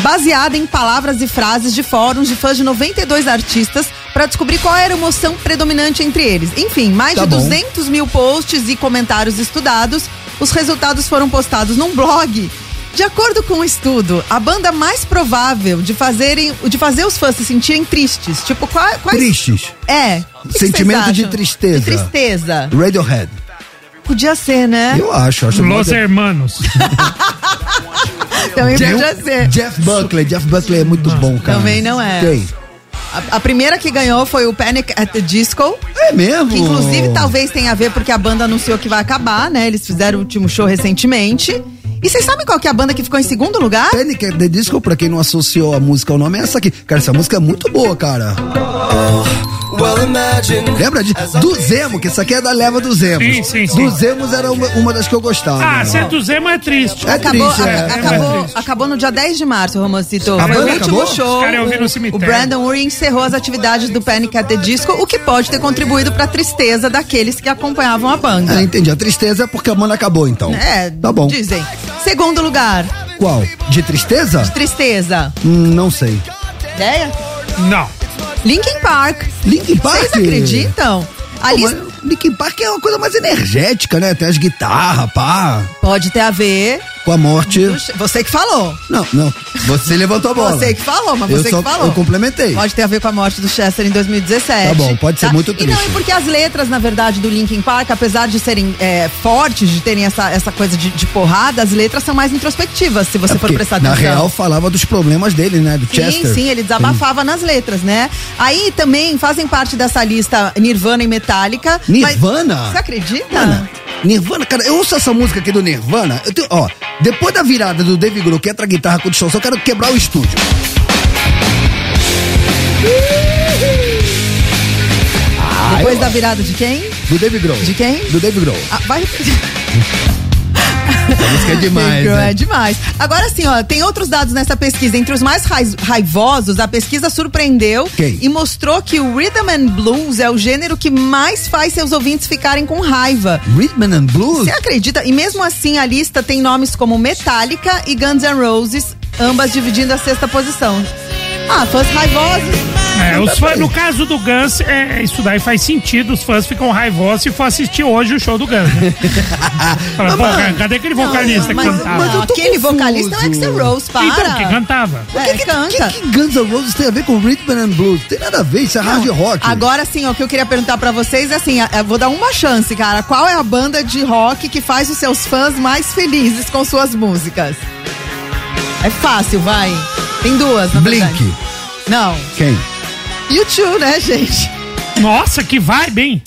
E: baseada em palavras e frases de fóruns de fãs de 92 artistas para descobrir qual era a emoção predominante entre eles. Enfim, mais
A: Tá
E: de
A: bom.
E: 200 mil posts e comentários estudados. Os resultados foram postados num blog. De acordo com o estudo, a banda mais provável de, fazerem, de fazer os fãs se sentirem tristes. Tipo, qua- quais.
A: Tristes.
E: É. O que que
A: Sentimento
E: vocês
A: de
E: acham?
A: tristeza.
E: De tristeza.
A: Radiohead.
E: Podia ser, né?
A: Eu acho, acho
B: Los
A: muito-
B: Hermanos.
E: Também Então, podia
A: Jeff,
E: ser.
A: Jeff Buckley, Jeff Buckley é muito bom, cara.
E: Também não é.
A: Quem?
E: A, a primeira que ganhou foi o Panic at the Disco.
A: É mesmo?
E: Que inclusive talvez tenha a ver porque a banda anunciou que vai acabar, né? Eles fizeram o último show recentemente. E vocês sabem qual que é a banda que ficou em segundo lugar?
A: Panic at the Disco, pra quem não associou a música ao nome, é essa aqui. Cara, essa música é muito boa, cara. Oh. Lembra de, do Zemo, que essa aqui é da leva do Zemo.
B: Sim, sim, sim.
A: Do Zemos era uma, uma das que eu gostava.
B: Ah, ser do Zema é triste.
A: É
E: Acabou,
A: triste,
E: a-
A: é.
B: É
E: acabou,
B: triste.
E: acabou no dia 10 de março, o Romancito.
A: A
E: Foi o
A: banda
E: último
A: acabou?
E: show.
B: Os caras ouviram no
E: o
B: cemitério.
E: Brandon Urie encerrou as atividades do Panic at the Disco, o que pode ter contribuído pra tristeza daqueles que acompanhavam a
A: Ah,
E: banda.
A: entendi. A tristeza é porque a banda acabou, então.
E: É,
A: Tá bom.
E: dizem. Segundo lugar,
A: Qual? De tristeza?
E: tristeza.
A: Hum, não sei.
E: Ideia?
B: Não.
E: Linkin Park.
A: Linkin Park?
E: Vocês acreditam? A
A: Pô,
E: lista
A: mas Linkin Park é uma coisa mais energética, né? Tem as guitarras, pá.
E: pode ter a ver.
A: com a morte.
E: Você que falou.
A: Não, não. Você levantou a bola.
E: Você que falou, mas
A: tá Eu
E: você
A: só-
E: que falou.
A: eu complementei.
E: Pode ter a ver com a morte do Chester em 2017.
A: Tá bom, pode ser muito
E: E não,
A: triste.
E: e porque as letras, na verdade, do Linkin Park, apesar de serem é, fortes, de terem essa, essa coisa de, de porrada, as letras são mais introspectivas, se você
A: É
E: for
A: porque,
E: prestar
A: na
E: atenção.
A: real, falava dos problemas dele, né? Do Chester.
E: Sim, sim, ele desabafava nas letras, né? Aí também fazem parte dessa lista Nirvana e Metallica. mas-
A: Nirvana? Ah.
E: Você acredita?
A: Nirvana. Nirvana, cara, eu ouço essa música aqui do Nirvana. Eu tenho, ó, depois da virada do David Grohl que entra a guitarra com distorção, eu quero quebrar o estúdio.
E: Depois da virada de quem?
A: Do David Grohl.
E: De quem?
A: Do David Grohl.
E: Ah, vai repetir.
A: Essa música é demais,
E: Negro,
A: né?
E: É demais. Agora sim, ó, tem outros dados nessa pesquisa. Entre os mais rais- raivosos, a pesquisa surpreendeu
A: Quem?
E: e mostrou que o rhythm and blues é o gênero que mais faz seus ouvintes ficarem com raiva.
A: Rhythm and Blues?
E: Você acredita? E mesmo assim, a lista tem nomes como Metallica e Guns N' Roses, ambas dividindo a sexta posição. Ah, fãs raivosos.
B: É,
A: tá
B: os fãs, no caso do Guns, é, isso daí faz sentido. Os fãs ficam raivosos se for assistir hoje o show do Guns. Né? Fala, pô, cara, cadê aquele vocalista que
E: mas,
B: cantava?
E: mas
A: eu tô
E: aquele
A: confuso.
E: vocalista é o Axel Rose, para.
B: Então, que cantava.
E: É, canta.
A: que, que Guns N' Roses tem a ver com Rhythm and Blues? Tem nada a ver, isso é hard rock.
E: Agora sim, ó, o que eu queria perguntar pra vocês é assim, a- eu vou dar uma chance, cara. Qual é a banda de rock que faz os seus fãs mais felizes com suas músicas? É fácil, vai. Tem duas, na
A: Blink.
E: verdade. Não.
A: Quem?
E: YouTube, né, gente?
B: Nossa, que vibe, hein?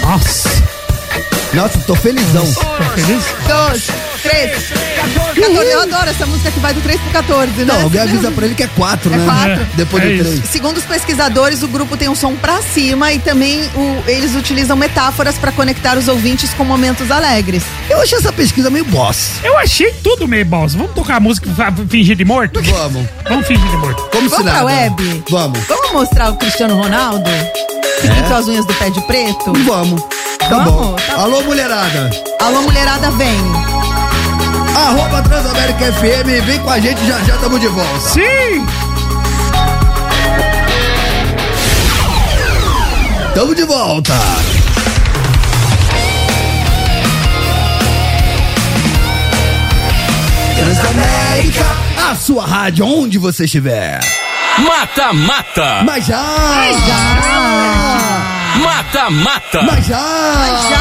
B: Nossa,
A: Nossa, tô felizão.
B: tá feliz?
E: Dois, três, 14. Eu adoro essa música que vai do 3 pro 14, né?
A: Não, alguém avisa pra ele que é quatro,
E: É
A: né?
E: quatro.
A: Depois
B: É
A: do
B: isso.
A: três.
E: Segundo os pesquisadores, o grupo tem um som pra cima e também o- eles utilizam metáforas pra conectar os ouvintes com momentos alegres. assim,
A: Eu achei essa pesquisa meio boss.
B: Eu achei tudo meio balsa. Vamos tocar a música e fa- fingir de morto?
A: Vamos.
B: Vamos fingir de morto.
A: Como se
E: Vamos
A: nada.
E: pra web?
A: Vamos.
E: Vamos mostrar o Cristiano Ronaldo? Que pintou as unhas do pé de preto?
A: É. Vamos. Tá
E: Vamos,
A: bom.
E: tá bom.
A: Alô, mulherada.
E: Alô, mulherada, vem.
A: Arroba Transamérica FM. Vem com a gente, já já tamo de volta.
B: Sim!
A: Tamo de volta. Transamérica, a sua rádio, onde você estiver.
F: Mata, mata!
A: Mas já! Mas
D: Ah.
A: já!
F: Mata, mata!
A: Mas já!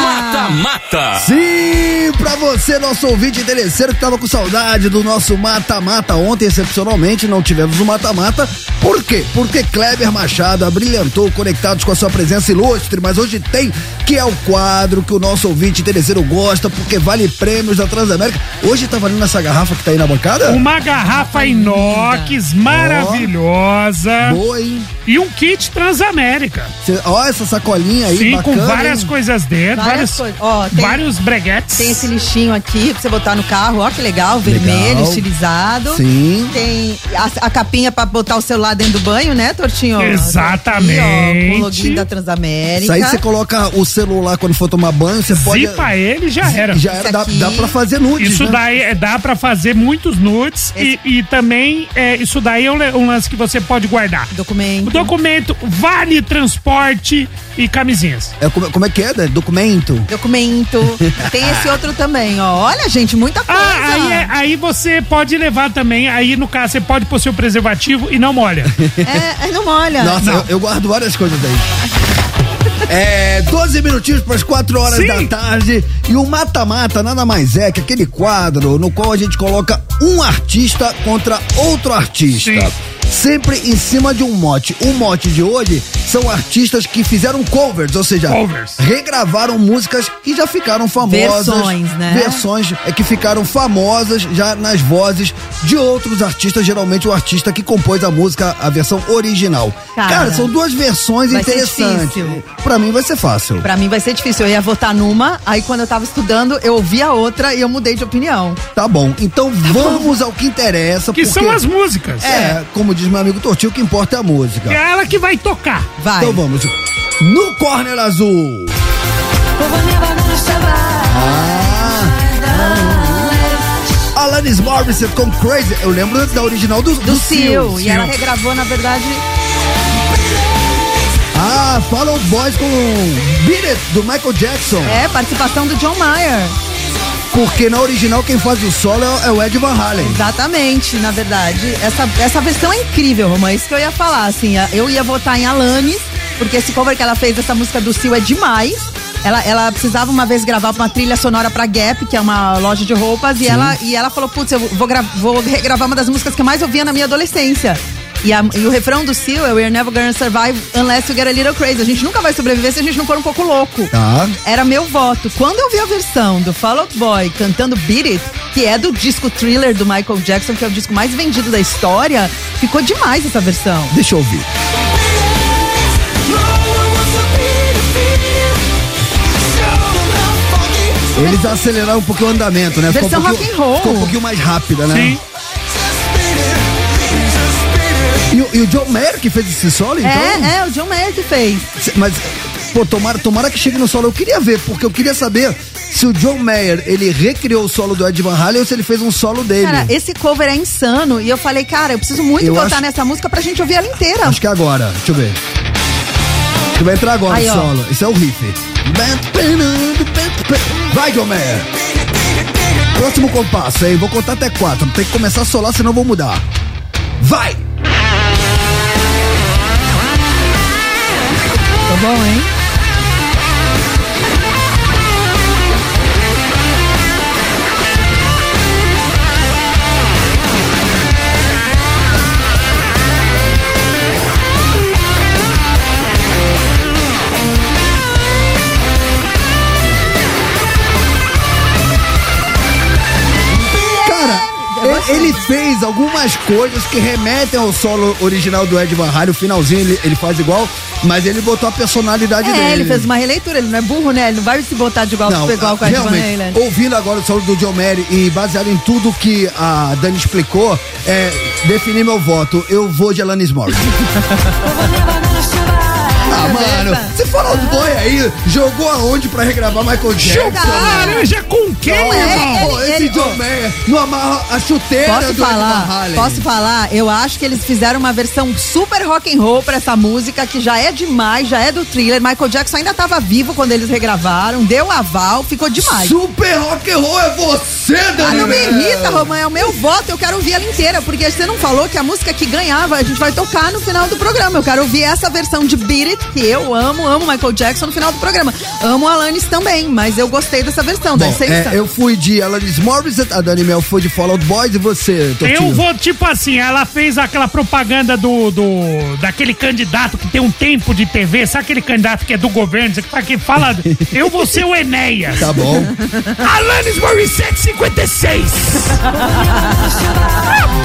F: Mata,
B: Tá.
F: mata!
A: Sim, pra você, nosso ouvinte interesseiro que tava com saudade do nosso mata-mata. Ontem, excepcionalmente, não tivemos o mata-mata. Por quê? Porque Kleber Machado abrilhantou o Conectados com a sua presença ilustre, mas hoje tem, que é o quadro que o nosso ouvinte interesseiro gosta, porque vale prêmios da Transamérica. Hoje tá valendo essa garrafa que tá aí na bancada?
B: Uma garrafa inox maravilhosa
A: Boa, hein?
B: e um kit Transamérica.
A: Cê- ó, essa sacolinha aí,
B: Sim,
A: bacana.
B: com várias
A: hein?
B: coisas dentro,
E: Várias
B: vários,
E: coisas. Ó, tem-
B: vários breguetes.
E: Tem esse lixinho aqui pra você botar no carro, ó que legal, vermelho, estilizado.
A: Sim.
E: Tem a, a capinha pra botar o celular dentro do banho, né, Tortinho?
B: Exatamente.
E: Aqui, ó, com o login da Transamérica.
A: Isso aí você coloca o celular quando for tomar banho, você pode...
B: Zipa ele já era.
A: Já era, dá,
E: Isso aqui.
A: dá pra fazer nudes,
B: Isso
A: né?
B: daí é, dá pra fazer muitos nudes e, e também é, isso daí é um, le- um lance que você pode guardar.
E: Documento.
B: O documento vale transporte e camisinhas.
A: É, como, como é que é, né? Documento?
E: Documento. tem esse outro também, ó. Olha, gente, muita coisa.
B: Ah, aí, é- aí você pode levar também. Aí no caso você pode pôr seu preservativo e não molha.
E: É, é, não molha.
A: Nossa, eu, eu guardo várias coisas daí. É, 12 minutinhos para as 4 horas
B: Sim.
A: da tarde. E o mata-mata nada mais é que aquele quadro no qual a gente coloca um artista contra outro artista.
B: Sim.
A: Sempre em cima de um mote. O mote de hoje são artistas que fizeram covers, ou seja,
B: Covers.
A: regravaram músicas que já ficaram famosas.
E: Versões, né?
A: Versões é que ficaram famosas já nas vozes de outros artistas, geralmente o artista que compôs a música, a versão original. Cara,
E: Cara,
A: são duas versões
E: vai ser
A: interessantes.
E: difícil.
A: Pra mim vai ser fácil.
E: Pra mim vai ser difícil. Eu ia votar numa, aí quando eu tava estudando, eu ouvi a outra e eu mudei de opinião.
A: Tá bom. Então vamos ao que interessa.
B: Que
A: porque-
B: são as músicas.
A: É, como diz meu amigo Tortinho, o que importa é a música.
B: É ela que vai tocar.
E: Vai.
A: Então vamos. No Corner Azul. Ah. Alanis Morissette com Crazy. Eu lembro da original do,
E: Do Sil. E
A: Seal.
E: ela regravou, na verdade.
A: Ah, Follow Boys com Beat It, do Michael Jackson.
E: É, participação do John Mayer.
A: Porque na original quem faz o solo é, o- é o Ed Van Halen.
E: Exatamente, na verdade. Essa, essa versão é incrível, Roma. Isso que eu ia falar, assim. a- Eu ia votar em Alanis, porque esse cover que ela fez dessa música do Sil é demais. Ela, ela precisava uma vez gravar uma trilha sonora pra Gap, que é uma loja de roupas, e ela, e ela falou: Putz, eu vou, gra- vou regravar uma das músicas que eu mais ouvia na minha adolescência. E, a- e o refrão do Seal é We're never gonna survive unless you get a little crazy. A gente nunca vai sobreviver se a gente não for um pouco louco
A: Tá.
E: era meu voto. Quando eu vi a versão do Fall Out Boy cantando Beat It, que é do disco Thriller do Michael Jackson, que é o disco mais vendido da história, ficou demais essa versão.
A: Deixa eu ouvir. Eles aceleraram um pouquinho o andamento, né?
E: Versão
A: um pouquinho-
E: rock and roll.
A: Ficou um pouquinho mais rápida, né?
B: Sim.
A: E, o- e o John Mayer que fez esse solo, então?
E: É, é, o John Mayer que fez.
A: Se- Mas, pô, tomara, tomara que chegue no solo. Eu queria ver, porque eu queria saber se o John Mayer, ele recriou o solo do Ed Van Halen ou se ele fez um solo dele.
E: Cara, esse cover é insano. E eu falei, cara, eu preciso muito
A: Eu
E: votar
A: acho-
E: nessa música pra gente ouvir ela inteira.
A: Acho que é agora. Deixa eu ver. Acho que vai entrar agora
E: Aí,
A: o
E: ó.
A: solo. Isso é o riff. Vai, John Mayer. Próximo compasso, hein? Vou contar até quatro. Tem que começar a solar, senão eu vou mudar. Vai!
E: Tá bom, hein?
A: Cara,
E: É
A: e- ele fez algumas coisas que remetem ao solo original do Ed Van Halen. O finalzinho ele, ele faz igual, mas ele botou a personalidade dele.
E: É, ele fez uma releitura, ele não é burro, né? Ele não vai se botar de igual,
A: Não,
E: igual com a Ed Van
A: realmente,
E: Halen.
A: ouvindo agora o solo do John Mayer e baseado em tudo que a Dani explicou, é, definir meu voto. Eu vou de Alanis Morris.
E: É
A: ah, mano, se for os boy aí, jogou aonde pra regravar Michael Jackson? mano?
B: Laranja com quem,
A: Pô,
B: irmão?
A: pô, esse
E: ele-
A: John Mayer não amarra a chuteira
E: Posso
A: do Ed Van
E: falar?
A: Halen.
E: Posso falar? Eu acho que eles fizeram uma versão super rock and roll pra essa música que já é demais, já é do thriller. Michael Jackson ainda tava vivo quando eles regravaram, deu aval, ficou demais.
A: Super rock and roll é você,
E: Ah,
A: Dani.
E: não me
A: Mel.
E: irrita, Romã, é o meu voto, eu quero ouvir ela inteira, porque você não falou que a música que ganhava a gente vai tocar no final do programa. Eu quero ouvir essa versão de Beat It, que eu amo, amo Michael Jackson no final do programa. Amo Alanis também, mas eu gostei dessa versão, dá
A: Bom,
E: licença.
A: é, eu fui de Alanis Morris, a Dani Mel foi de Fall Out Boys e você, Totinho?
B: Eu vou, tipo assim, ela fez aquela propaganda do, do- daquele candidato que tem um tempo de TV, sabe aquele candidato que é do governo, que fala, eu vou ser o Enéas.
A: Tá bom.
B: Alanis Morissette 56.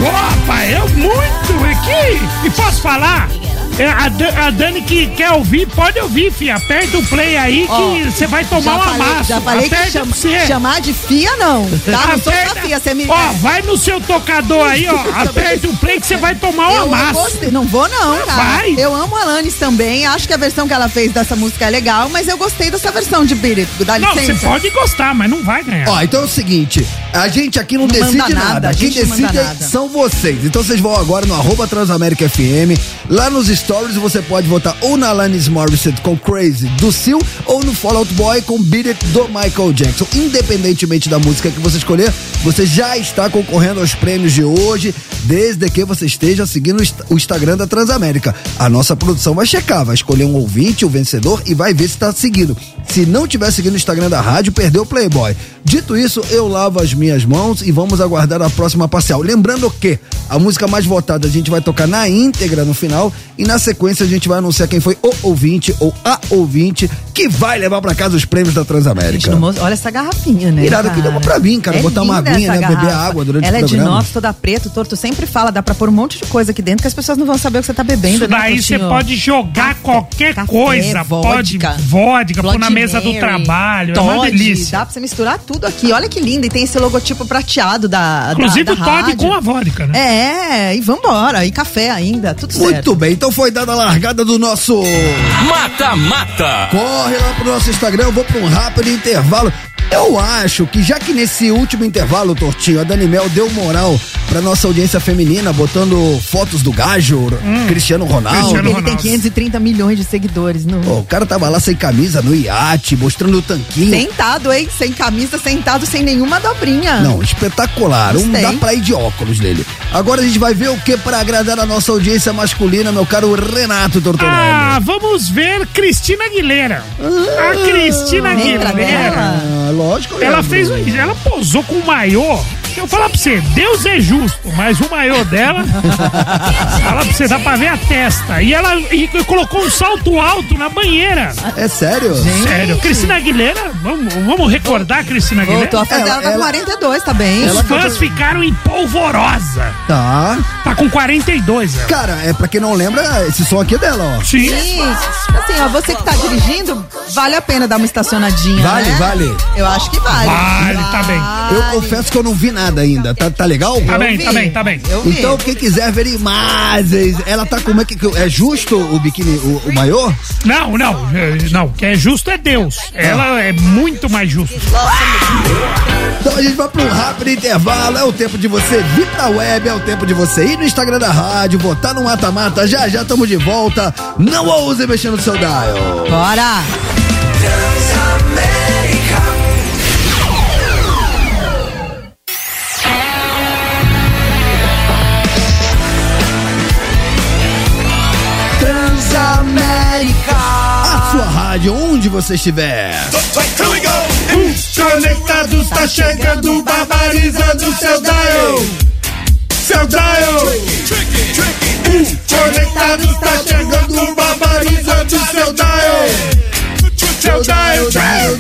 B: Opa, eu muito aqui. E posso falar? É, A, Dan- a Dani que quer ouvir, pode ouvir, filha. Aperta o play aí
E: Ó,
B: que você vai tomar um
E: já
B: uma
E: falei,
B: massa.
E: já falei que chama- chamar de fia não,
B: Ah,
E: tá? Não sou sua fia, você me...
B: Ó, vai no seu tocador aí, ó. Aperta o play que você vai tomar uma
E: Eu
B: massa.
E: gostei. Não vou, não, cara.
B: vai.
E: Eu amo a Alanis também. Acho que a versão que ela fez dessa música é legal, mas eu gostei dessa versão de Beat It. Dá
B: Não, você
E: licença.
B: pode gostar, mas não vai ganhar.
A: Ó, então é o seguinte, a gente aqui
E: Não
A: não, decide
E: manda
A: nada,
E: nada, a
A: quem
E: gente não manda
A: decide é
E: nada.
A: são vocês. Então vocês vão agora no arroba Transamérica FM, lá nos stories você pode votar ou na Alanis Morissette com Crazy do Seal ou no Fallout Boy com Beat It do Michael Jackson. Independentemente da música que você escolher, você já está concorrendo aos prêmios de hoje, desde que você esteja seguindo o Insta- o Instagram da Transamérica. A nossa produção vai checar, vai escolher um ouvinte, o vencedor e vai ver se está seguindo. Se não tiver seguindo o Instagram da rádio, perdeu o Playboy. Dito isso, eu lavo as minhas mãos e vamos aguardar a próxima parcial. Lembrando que a música mais votada a gente vai tocar na íntegra no final e na sequência a gente vai anunciar quem foi o ouvinte ou a ouvinte que vai levar pra casa os prêmios da
E: Gente,
A: Transamérica.
E: não mostra- Olha essa garrafinha, né?
A: Irada, que
E: cara? É
A: deu pra mim, cara, botar uma
E: linda
A: aguinha,
E: essa
A: né, beber
E: garrafa.
A: água durante
E: Ela
A: o
E: é de
A: programa.
E: inox, toda preta. O Torto sempre fala, dá pra pôr um monte de coisa aqui dentro que as pessoas não vão saber o que você tá bebendo,
B: Isso
E: né,
B: daí você
E: Tortinho?
B: pode jogar
E: Café,
B: qualquer
E: café,
B: coisa.
E: vodka,
B: pode vodka, pôr
E: Bloody
B: na mesa do
E: Mary,
B: trabalho. é uma
E: Todd,
B: delícia.
E: Dá pra você misturar tudo aqui. Olha que linda. E tem esse logotipo prateado da da-
B: Inclusive
E: da
B: o Todd
E: rádio.
B: com a vodka, né?
E: É, e vambora. E café ainda, tudo certo.
A: Muito bem, então foi dada a largada do nosso.
F: Mata, mata.
A: Corre lá pro nosso Instagram, eu vou pra um rápido intervalo. Eu acho que já que nesse último intervalo, Tortinho, a Dani Mel deu moral pra nossa audiência feminina, botando fotos do gajo, Cristiano Ronaldo.
B: Hum. Cristiano
E: Ele tem
B: Ronaldo.
E: 530 milhões de seguidores no.
A: Pô, o cara tava lá sem camisa, no iate, mostrando o tanquinho.
E: Sentado, hein? Sem camisa, sentado, sem nenhuma dobrinha.
A: Não, espetacular. Um
E: Gostei.
A: dá pra ir de óculos nele. Agora a gente vai ver o que pra agradar a nossa audiência masculina, meu caro Renato Tortorelli.
B: Ah, vamos ver Cristina Aguilera. A Cristina
E: Lembra
B: Aguilera.
E: dela?
A: Ah, lógico,
B: Ela
A: Leandro.
B: fez um, ela posou com o maiô. Eu vou falar pra você, Deus é justo, mas o maiô dela, fala pra você, dá pra ver a testa. E ela e, e colocou um salto alto na banheira.
A: É sério?
B: Sério, Cristina Aguilera, vamos, vamos recordar a Cristina Aguilera.
E: Voltou a fazer.
A: Ela-
E: Ela, tá com
A: ela-
E: 42, tá bem?
B: Os fãs ficaram em polvorosa.
A: Tá.
B: Tá com 42, ela.
A: Cara, é pra quem não lembra, esse som aqui é dela, ó.
B: Sim.
E: Sim, assim, ó, você que tá dirigindo, vale a pena dar uma estacionadinha.
A: Vale,
E: né?
A: vale.
E: Eu acho que vale.
B: Vale, tá bem.
A: Eu confesso que eu não vi nada ainda. Tá, tá legal?
B: Tá bem,
E: vi.
B: tá bem, tá bem.
E: Eu vi.
A: Então, quem quiser ver imagens, ela tá como é que. É justo o biquíni, o, o maior?
B: Não, não, eh, não. O que é justo é Deus. Ela é muito mais justa.
A: Então a gente vai pra um rápido intervalo. É o tempo de você vir pra web, é o tempo de você ir no Instagram da rádio, botar no mata-mata. Já já estamos de volta. Não ouse mexer no seu dial.
E: Bora!
A: A sua rádio, onde você estiver.
D: Conectados tá chegando, barbarizando seu dial. Seu dial. Conectados tá chegando, barbarizando seu dial. Seu dial.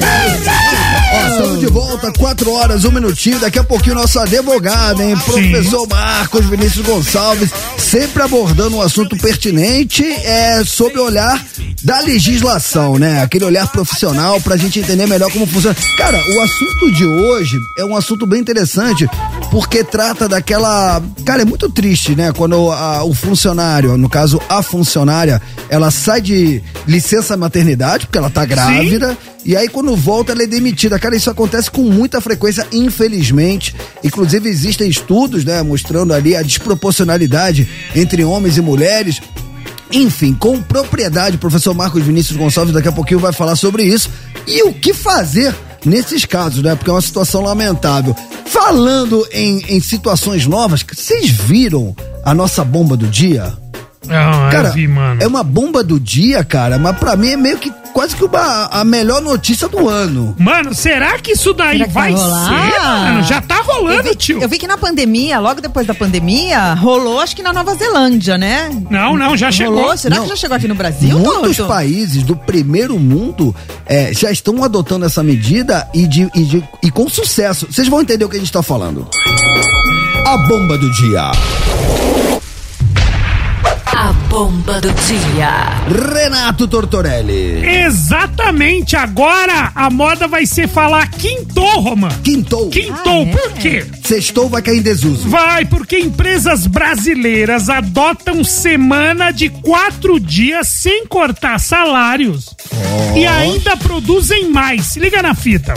A: Ó, estamos de volta, 4 horas, um minutinho. Daqui a pouquinho, nosso advogado, hein? Professor Marcos Vinícius Gonçalves, sempre abordando um assunto pertinente é, sobre o olhar da legislação, né? Aquele olhar profissional pra gente entender melhor como funciona. Cara, o assunto de hoje é um assunto bem interessante porque trata daquela. Cara, é muito triste, né? Quando a- o funcionário, no caso a funcionária, ela sai de licença maternidade, porque ela tá grávida, e aí quando volta ela é demitida. Cara, isso acontece com muita frequência, infelizmente. Inclusive existem estudos, né, mostrando ali a desproporcionalidade entre homens e mulheres. Enfim, com propriedade, o professor Marcos Vinícius Gonçalves daqui a pouquinho vai falar sobre isso e o que fazer nesses casos, né? Porque é uma situação lamentável. Falando em, em situações novas, vocês viram a nossa bomba do dia?
B: Não,
A: Cara,
B: eu vi, Ah, mano.
A: é uma bomba do dia, cara, mas pra mim é meio que quase que uma, a melhor notícia do ano.
B: Mano, será que isso daí
E: Será que
B: vai
E: vai rolar?
B: ser? Mano, já tá rolando,
E: Eu vi,
B: tio.
E: eu vi que na pandemia, logo depois da pandemia, rolou acho que na Nova Zelândia, né?
B: Não, não, já chegou.
E: Rolou? Será
A: Não.
E: que já chegou aqui no Brasil,
A: Muitos
E: Toto?
A: países do primeiro mundo é, já estão adotando essa medida e, de- e de- e com sucesso. Vocês vão entender o que a gente tá falando. A bomba do dia.
J: A bomba do dia.
A: Renato Tortorelli.
B: Exatamente, agora a moda vai ser falar quintou, Romano.
A: Quintou.
B: Quintou, por quê?
A: Sextou vai cair em desuso.
B: Vai, porque empresas brasileiras adotam semana de quatro dias sem cortar salários e ainda produzem mais. Se liga na fita.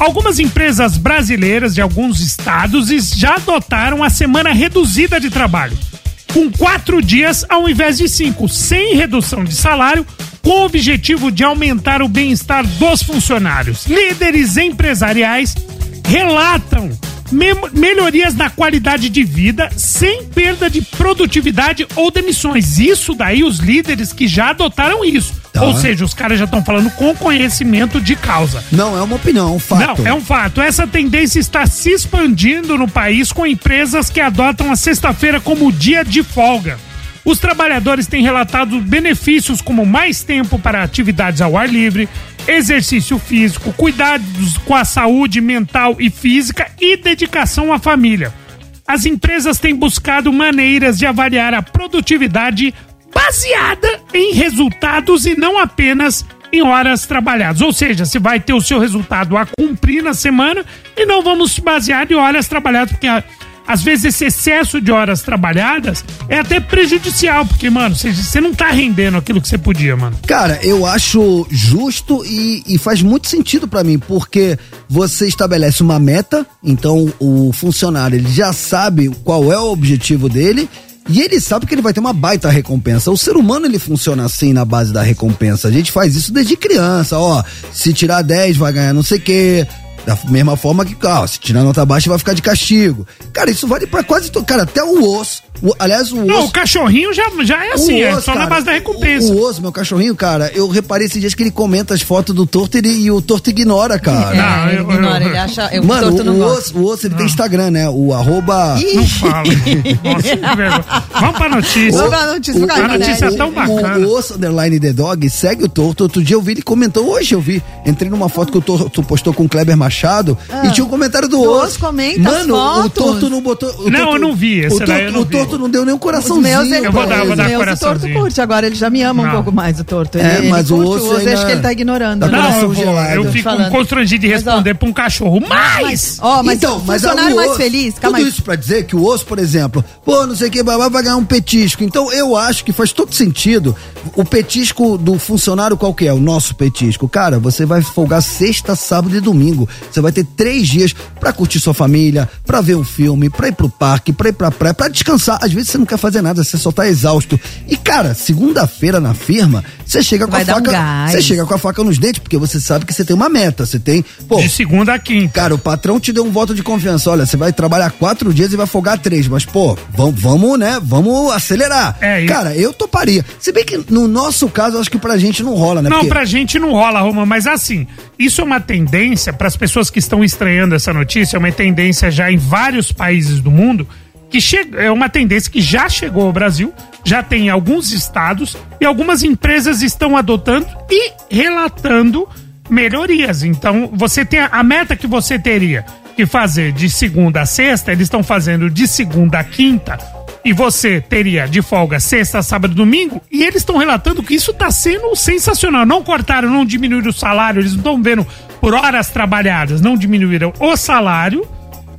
B: Algumas empresas brasileiras de alguns estados es- já adotaram a semana reduzida de trabalho, com quatro dias ao invés de cinco, sem redução de salário, com o objetivo de aumentar o bem-estar dos funcionários. Líderes empresariais relatam mem- melhorias na qualidade de vida sem perda de produtividade ou demissões. Isso daí os líderes que já adotaram isso.
A: Tá.
B: Ou seja, os caras já estão falando com conhecimento de causa.
A: Não, é uma opinião, é um fato.
B: Não, é um fato. Essa tendência está se expandindo no país com empresas que adotam a sexta-feira como dia de folga. Os trabalhadores têm relatado benefícios como mais tempo para atividades ao ar livre, exercício físico, cuidados com a saúde mental e física e dedicação à família. As empresas têm buscado maneiras de avaliar a produtividade baseada em resultados e não apenas em horas trabalhadas. Ou seja, se vai ter o seu resultado a cumprir na semana e não vamos se basear em horas trabalhadas, porque a, às vezes esse excesso de horas trabalhadas é até prejudicial, porque, mano, você- você não tá rendendo aquilo que você podia, mano.
A: Cara, eu acho justo e, e faz muito sentido pra mim, porque você estabelece uma meta, então o funcionário ele já sabe qual é o objetivo dele e ele sabe que ele vai ter uma baita recompensa. O ser humano ele funciona assim na base da recompensa. A gente faz isso desde criança, ó. Se tirar 10 vai ganhar não sei o quê. Da mesma forma que, ó, se tirar nota baixa vai ficar de castigo. Cara, isso vale pra quase todo. Cara, até o osso. O- aliás, o osso.
B: Não, o cachorrinho já, já é assim,
A: O
B: é
A: osso,
B: só na
A: cara,
B: base da recompensa.
A: O, o osso, meu cachorrinho, cara, eu reparei esses dias que ele comenta as fotos do torto ele- e o torto ignora, cara.
B: É, Não, eu- eu- Ah.
E: Ignora, ele acha. Eu,
A: Mano,
E: torto não
A: o,
E: gosta.
A: osso, o osso, ele tem Instagram, né? O arroba.
B: Não fala. Nossa, que vergonha. Vamos pra notícia.
E: Vamos pra notícia,
B: a
E: vai,
B: notícia é
E: Valéria.
B: tão
A: O,
B: bacana.
A: o osso underline The Dog segue o torto. Outro dia eu vi, ele comentou. Hoje eu vi. Entrei numa foto que o torto postou com o Kleber Machado e tinha um comentário do,
E: Ah. Do
A: osso.
E: Osso, comenta as
A: Mano, o
E: fotos.
A: torto não botou. o
B: Não,
A: Torto-
B: eu não vi, esse
A: O torto,
B: daí eu não
A: o
B: vi.
A: torto não deu nem um
E: Os
A: coraçãozinho.
E: meus, ele,
B: Eu vou dar-
A: pra
B: eu vou dar
A: ele.
B: um
E: meus, o torto
B: coraçãozinho.
E: curte agora, ele já me ama um
B: Não.
E: pouco mais, o torto. Ele,
A: É,
E: ele
A: mas o
E: curte,
A: osso
E: osso,
A: ainda-
E: acho que ele tá ignorando.
A: Dá
E: né?
B: Não, eu,
A: coração
B: vou-
A: gelado.
B: eu fico
E: Falando.
B: constrangido de
E: Mas, ó.
B: responder pra um cachorro. Mas!
E: Ó, mas
A: então,
E: então,
A: mas
E: funcionário
A: o
E: mais
A: osso-
E: feliz, calma
A: Tudo
E: aí.
A: isso pra dizer que o osso, por exemplo, pô, não sei o que, babá vai ganhar um petisco. Então eu acho que faz todo sentido. O petisco do funcionário qual que é? O nosso petisco. Cara, você vai folgar sexta, sábado e domingo. Você vai ter três dias pra curtir sua família, pra ver um filme, pra ir pro parque, pra ir pra praia, pra descansar. Às vezes você não quer fazer nada, você só tá exausto. E cara, segunda-feira na firma, você chega com
E: Vai
A: a
E: dar um
A: faca,
E: gás.
A: você chega com a faca nos dentes, porque você sabe que você tem uma meta, você tem, pô,
B: De segunda a quinta.
A: Cara, o patrão te deu um voto de confiança. Olha, você vai trabalhar quatro dias e vai folgar três, mas, pô, vamos, vamos né? Vamos acelerar.
B: É, e-
A: Cara, eu toparia. Se bem que no nosso caso, acho que pra gente não rola, né?
B: Não,
A: Porque-
B: pra gente não rola, Roma, mas assim, isso é uma tendência, pras pessoas que estão estranhando essa notícia, é uma tendência já em vários países do mundo, que che- é uma tendência que já chegou ao Brasil, já tem em alguns estados, e algumas empresas estão adotando e relatando melhorias. Então, você tem a, a meta que você teria que fazer de segunda a sexta, eles estão fazendo de segunda a quinta, e você teria de folga sexta, sábado e domingo, e eles estão relatando que isso está sendo sensacional. Não cortaram, não diminuíram o salário, eles não estão vendo por horas trabalhadas, não diminuíram o salário.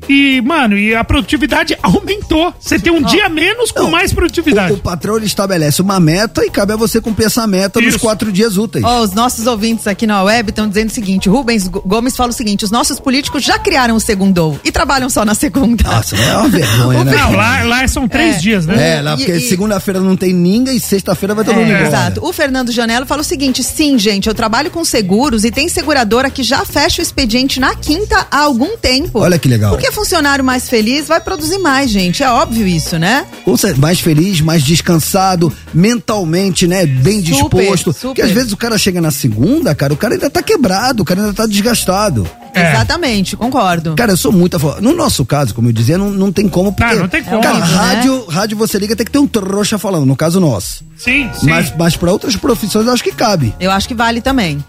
B: E, mano, e a produtividade aumentou. Você tem um dia menos com
A: Não,
B: mais
A: o, o
B: produtividade.
A: patrão ele estabelece uma meta e cabe a você cumprir essa meta
B: Isso.
A: nos quatro dias úteis.
E: Ó, os nossos ouvintes aqui na web estão dizendo o seguinte: Rubens Go- Gomes fala o seguinte: os nossos políticos já criaram o segundo e trabalham só na segunda.
A: Nossa, não é uma vergonha, né?
B: Não, lá, lá são três
E: É.
B: dias, né?
A: É, lá,
E: E-
A: porque
E: e-
A: segunda-feira não tem ninguém e sexta-feira vai todo mundo
E: É,
A: embora.
E: exato. O Fernando Janelo fala o seguinte: sim, gente, eu trabalho com seguros e tem seguradora que já fecha o expediente na quinta há algum tempo.
A: Olha que legal.
E: Porque funcionário mais feliz vai produzir mais, gente. É óbvio isso, né?
A: Ou seja, mais feliz, mais descansado, mentalmente, né? Bem
E: Super,
A: disposto.
E: super.
A: Porque às vezes o cara chega na segunda, cara, o cara ainda tá quebrado, o cara ainda tá desgastado.
B: É.
E: Exatamente, concordo.
A: Cara, eu sou muito a favor. No nosso caso, como eu dizia, não, não tem como. Porque,
B: Ah, não tem como.
A: Cara,
E: É horrível,
A: rádio, rádio você liga, tem que ter um trouxa falando, no caso nosso.
B: Sim, sim.
A: Mas, mas para outras profissões, eu acho que cabe.
E: Eu acho que vale também.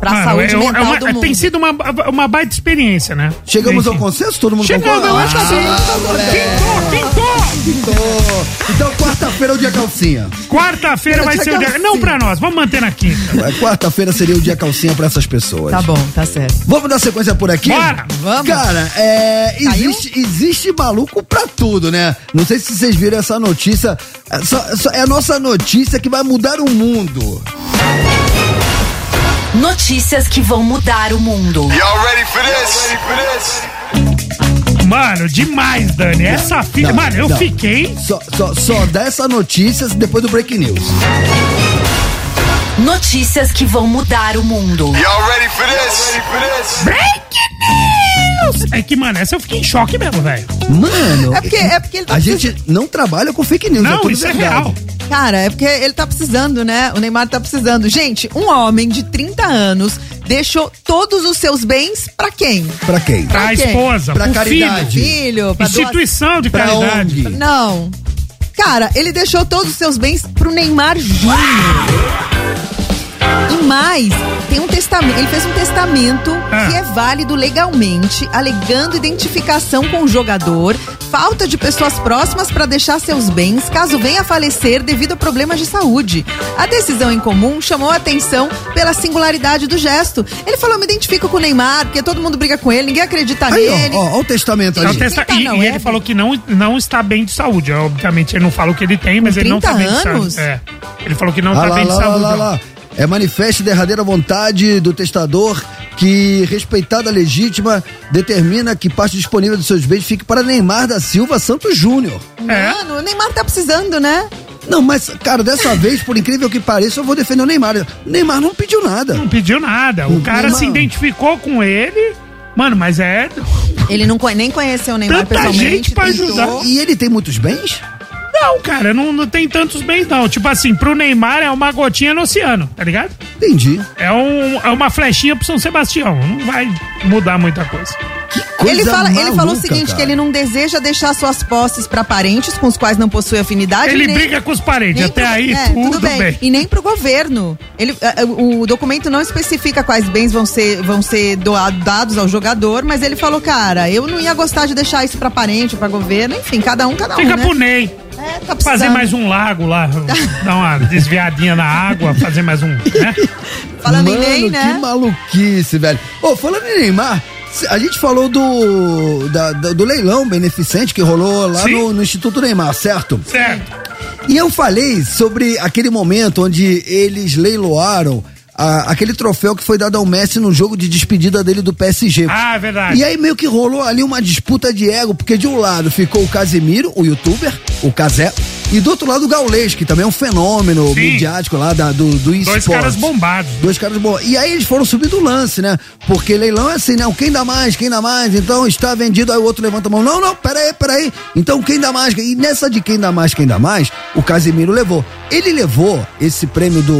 E: Pra
B: Mano,
E: saúde
B: é- é
E: mental
B: uma-
E: do mundo.
B: Tem sido uma, uma baita experiência, né?
A: Chegamos ao
B: Enfim.
A: consenso? Todo mundo
B: Chegamos,
A: concorda? Ah, tá
B: eu acho que sim.
A: então.
B: Quintou, quintou!
A: Tô. Então, quarta-feira é o dia calcinha. é
B: Quarta-feira vai ser o dia. Não pra nós, vamos manter na quinta.
A: Mas Quarta-feira seria o dia calcinha pra essas pessoas.
E: Tá bom, tá certo.
A: Vamos dar sequência por aqui?
B: Bora,
E: vamos.
A: Cara, é,
E: Caiu?
A: existe, existe maluco pra tudo, né? Não sei se vocês viram essa notícia. É só- só- é a nossa notícia que vai mudar o mundo.
J: Notícias que vão mudar o mundo.
B: Mano, demais, Dani. Essa filha.
A: Não,
B: Mano, eu
A: não.
B: fiquei.
A: Só, só, só dá essa notícia depois do Break News.
J: Notícias que vão mudar o mundo.
B: É que, mano, essa eu fiquei em choque mesmo, velho.
A: Mano,
E: É porque, é porque ele tá
A: a gente não trabalha com fake news. é
B: Não,
A: tudo
B: isso é
A: verdade.
B: real.
E: Cara, é porque ele tá precisando, né? O Neymar tá precisando. Gente, um homem de 30 anos deixou todos os seus bens pra quem?
A: Pra quem?
B: Pra
E: quê?
B: esposa,
A: Pra
B: pro
A: caridade.
B: filho.
E: Filho, pra doar-
B: Instituição de
A: Pra
B: caridade.
A: ONG.
E: Não. Cara, ele deixou todos os seus bens pro Neymar Júnior. E mais, tem um testamento. Ele fez um testamento
B: Ah.
E: que é válido legalmente, alegando identificação com o jogador, falta de pessoas próximas para deixar seus bens caso venha a falecer devido a problemas de saúde. A decisão em comum chamou a atenção pela singularidade do gesto. Ele falou: me identifico com o Neymar, porque todo mundo briga com ele, ninguém acredita
A: Aí,
E: nele.
A: ó, ó, ó o testamento
B: É o
A: ali.
B: testa-
E: Quem tá
B: e,
E: na
B: e ele
E: web?
B: falou que não, não está bem de saúde. Obviamente, ele não fala o que ele tem, mas
E: Com
B: ele não está
E: 30
B: bem de
E: anos?
B: saúde. É. Ele falou que não
A: Ah,
B: está
A: lá,
B: bem de
A: lá, lá,
B: saúde.
A: lá,
B: não.
A: lá. É manifesta e derradeira vontade do testador que, respeitada a legítima, determina que parte disponível dos seus bens fique para Neymar da Silva Santos Júnior.
B: É.
E: Mano, o Neymar tá precisando, né?
A: Não, mas, cara, dessa vez, por incrível que pareça, eu vou defender o Neymar. O Neymar não pediu nada.
B: Não pediu nada. O cara
A: Neymar.
B: se identificou com ele. Mano, mas é.
E: Ele não conhe- nem conheceu o Neymar
B: Tanta
E: pessoalmente.
B: gente pra
E: tentou.
B: ajudar.
A: E ele tem muitos bens?
B: Não, cara, não, não tem tantos bens, não. Tipo assim, pro Neymar é uma gotinha no oceano, tá ligado?
A: Entendi.
B: É, um, é uma flechinha pro São Sebastião. Não vai mudar muita coisa.
A: Que coisa
E: ele, fala, ele
A: maluca,
E: falou o seguinte:
A: cara.
E: que ele não deseja deixar suas posses pra parentes com os quais não possui afinidade.
B: Ele
E: nem-
B: briga com os parentes.
E: nem
B: Até
E: pro-
B: aí,
E: é,
B: tudo, bem.
E: E nem pro governo. Ele, ah, ah, o documento não especifica quais bens vão ser, vão ser doado- dados ao jogador, mas ele falou, cara, eu não ia gostar de deixar isso pra parente, pra governo, enfim, cada um, cada um.
B: Fica
E: né?
B: pro Ney.
E: É,
B: Fazer
E: tá precisando. Tá.
B: mais um lago lá, dar uma desviadinha na água, fazer mais um. Né?
E: Falando
A: Mano,
E: em lei,
A: que
E: né?
A: maluquice, velho. Ô, falando em Neymar, cê- a gente falou do, da- da- do leilão beneficente que rolou lá
B: Sim.
A: no, no Instituto Neymar, certo?
B: Certo.
A: E eu falei sobre aquele momento onde eles leiloaram a- aquele troféu que foi dado ao Messi no jogo de despedida dele do PSG.
B: Ah, é verdade.
A: E aí meio que rolou ali uma disputa de ego, porque de um lado ficou o Casemiro, o youtuber, o Casé, e do outro lado o Gaulês, que também é um fenômeno
B: Sim.
A: midiático lá da, do, do
B: Dois
A: esporte.
B: caras bombados.
A: Dois caras bons. E aí eles foram subir do lance, né? Porque leilão é assim, não, quem dá mais, quem dá mais, então está vendido. Aí o outro levanta a mão, não, não, peraí, peraí. Então quem dá mais? E nessa de quem dá mais, quem dá mais, o Casimiro levou. Ele levou esse prêmio do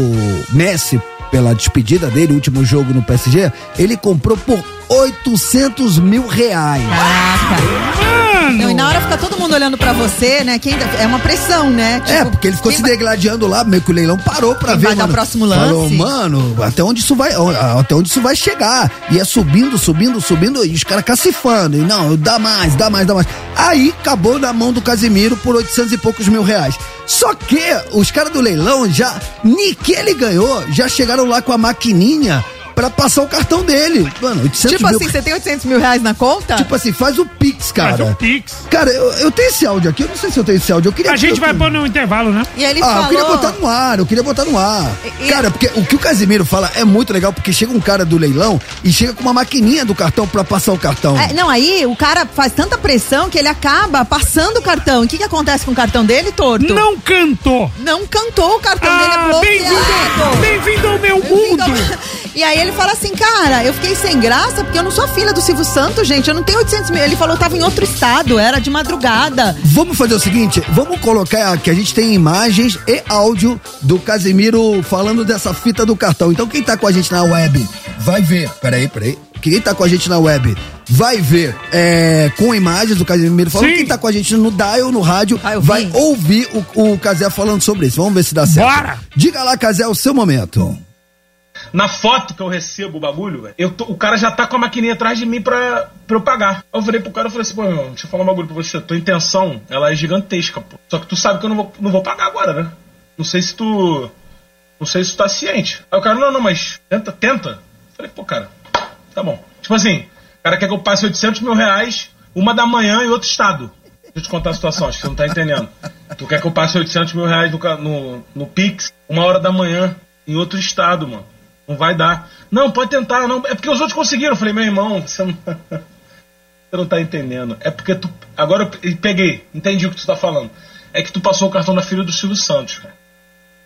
A: Messi pela despedida dele, o último jogo no PSG, ele comprou por 800 mil reais.
E: Caraca. Não, e na hora fica todo mundo olhando pra você, né? Quem, é uma pressão, né?
A: É,
E: Tipo,
A: porque ele ficou
E: quem
A: se
E: vai-
A: degladiando lá, meio que o leilão parou pra
E: Quem
A: ver.
E: vai dar
A: mano.
E: o próximo lance?
A: Falou, mano, até onde isso vai, ó, até onde isso vai chegar? E é subindo, subindo, subindo, e os caras cacifando. E não, dá mais, dá mais, dá mais. Aí acabou na mão do Casimiro por 800 e poucos mil reais. Só que os caras do leilão já, nem que ele ganhou, já chegaram lá com a maquininha pra passar o cartão dele. Mano, 800
E: Tipo
A: mil.
E: assim, você tem 800 mil reais na conta?
A: Tipo assim, faz o Pix, cara.
B: Fazer um pix.
A: Cara, eu, eu tenho esse áudio aqui, eu não sei se eu tenho esse áudio. Eu queria
B: A
A: que
B: gente
A: eu-
B: vai pôr no intervalo, né?
E: e aí ele
A: ah,
E: falou...
A: eu queria botar no ar, eu queria botar no ar.
E: E- e-
A: Cara, porque o que o Casimiro fala é muito legal, porque chega um cara do leilão e chega com uma maquininha do cartão pra passar o cartão.
E: É, não, aí o cara faz tanta pressão que ele acaba passando o cartão. E O que, que acontece com o cartão dele, torto?
B: Não cantou.
E: Não cantou o cartão dele, é
B: Ah, bem-vindo.
E: bloqueado.
B: Bem-vindo ao meu
E: Bem-vindo
B: mundo.
E: ao- E aí ele fala assim, cara, eu fiquei sem graça porque eu não sou filha do Silvio Santos, gente. Eu não tenho 800 mil. Ele falou que tava em outro estado, era de madrugada.
A: Vamos fazer o seguinte, vamos colocar que a gente tem imagens e áudio do Casimiro falando dessa fita do cartão. Então quem tá com a gente na web vai ver. Peraí, peraí. Quem tá com a gente na web vai ver é, com imagens do Casimiro falando.
B: Sim.
A: Quem tá com a gente no dial, no rádio,
E: Vai ouvir.
A: vai ouvir o, o Casé falando sobre isso. Vamos ver se dá certo.
B: Bora!
A: Diga lá, Casé, o seu momento.
K: Na foto que eu recebo o bagulho, velho, eu tô- o cara já tá com a maquininha atrás de mim pra, pra eu pagar. Eu falei pro cara, eu falei assim, pô, meu irmão, deixa eu falar um bagulho pra você. Tua intenção, ela é gigantesca, pô. Só que tu sabe que eu não vou, não vou pagar agora, né? Não sei se tu. Não sei se tu tá ciente. Aí o cara, não, não, mas tenta, tenta. Eu falei, pô, cara, tá bom. Tipo assim, o cara quer que eu passe 800 mil reais, uma da manhã em outro estado. Deixa eu te contar a situação, acho que você não tá entendendo. Tu quer que eu passe 800 mil reais no, ca- no, no Pix, uma hora da manhã, em outro estado, mano. Não vai dar. Não, pode tentar, não. É porque os outros conseguiram. Eu falei, meu irmão, você não, você não tá entendendo. É porque tu. Agora eu pe- peguei, entendi o que tu tá falando. É que tu passou o cartão da filha do Silvio Santos, cara.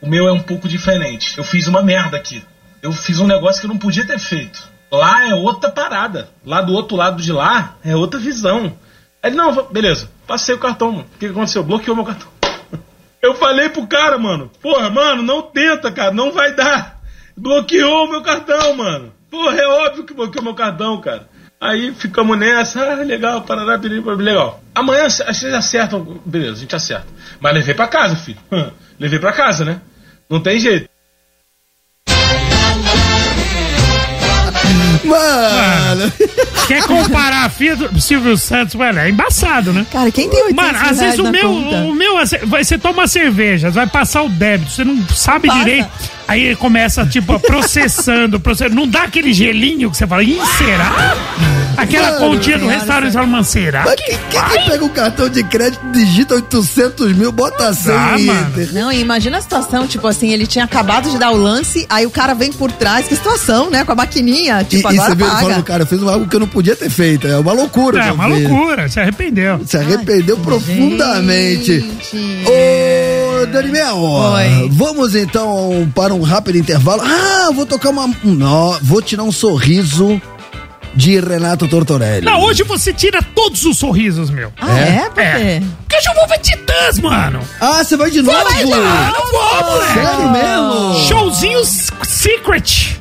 K: O meu é um pouco diferente. Eu fiz uma merda aqui. Eu fiz um negócio que eu não podia ter feito. Lá é outra parada. Lá do outro lado de lá é outra visão. Aí, ele, não, va- beleza. Passei o cartão, mano. O que que aconteceu? Bloqueou meu cartão. Eu falei pro cara, mano. Porra, mano, não tenta, cara. Não vai dar. Bloqueou o meu cartão, mano. Porra, é óbvio que bloqueou meu cartão, cara. Aí ficamos nessa, ah, legal, parará, piriri, piriri, legal. Amanhã a gente acerta, beleza, a gente acerta. Mas levei pra casa, filho. Levei pra casa, né? Não tem jeito.
A: Mano, Olha.
B: Ah. Quer comparar a filha do Silvio Santos, velho, é embaçado, né?
E: Cara, quem tem 800
B: Mano, às vezes
E: reais
B: o
E: na
B: meu,
E: conta?
B: o meu, assim, vai- você toma cerveja, vai passar o débito, você não sabe
E: Passa.
B: direito. Aí ele começa, tipo, processando, processando. Não dá aquele gelinho que você fala, ih, será? Aquela
A: Mano,
B: continha do
A: cara,
B: restaurante, você fala, "Mano, será?
A: Mas quem, quem que pega o cartão de crédito, digita 800 mil, bota 100 e-
E: Não, e imagina a situação, tipo assim, ele tinha acabado de dar o lance, aí o cara vem por trás, que situação, né? Com a maquininha,
A: E, e
E: tipo, agora
A: você vê ele
E: paga.
A: falando, cara, eu fiz algo que eu não podia ter feito. É uma loucura.
B: É
A: que eu
B: uma
A: fiz.
B: loucura, se arrependeu.
A: Se arrependeu profundamente. Ô, Daniel,
B: Oi.
A: vamos então para um rápido intervalo. Ah, vou tocar uma. Não, vou tirar um sorriso de Renato Tortorelli.
B: Não, hoje você tira todos os sorrisos, meu.
A: Ah, é? Por quê?
B: Porque hoje eu vou ver Titãs, mano.
A: Ah, você vai de
B: Vou
A: novo?
B: ver, não, não vou, moleque.
A: Sério mesmo?
B: Showzinho Secret.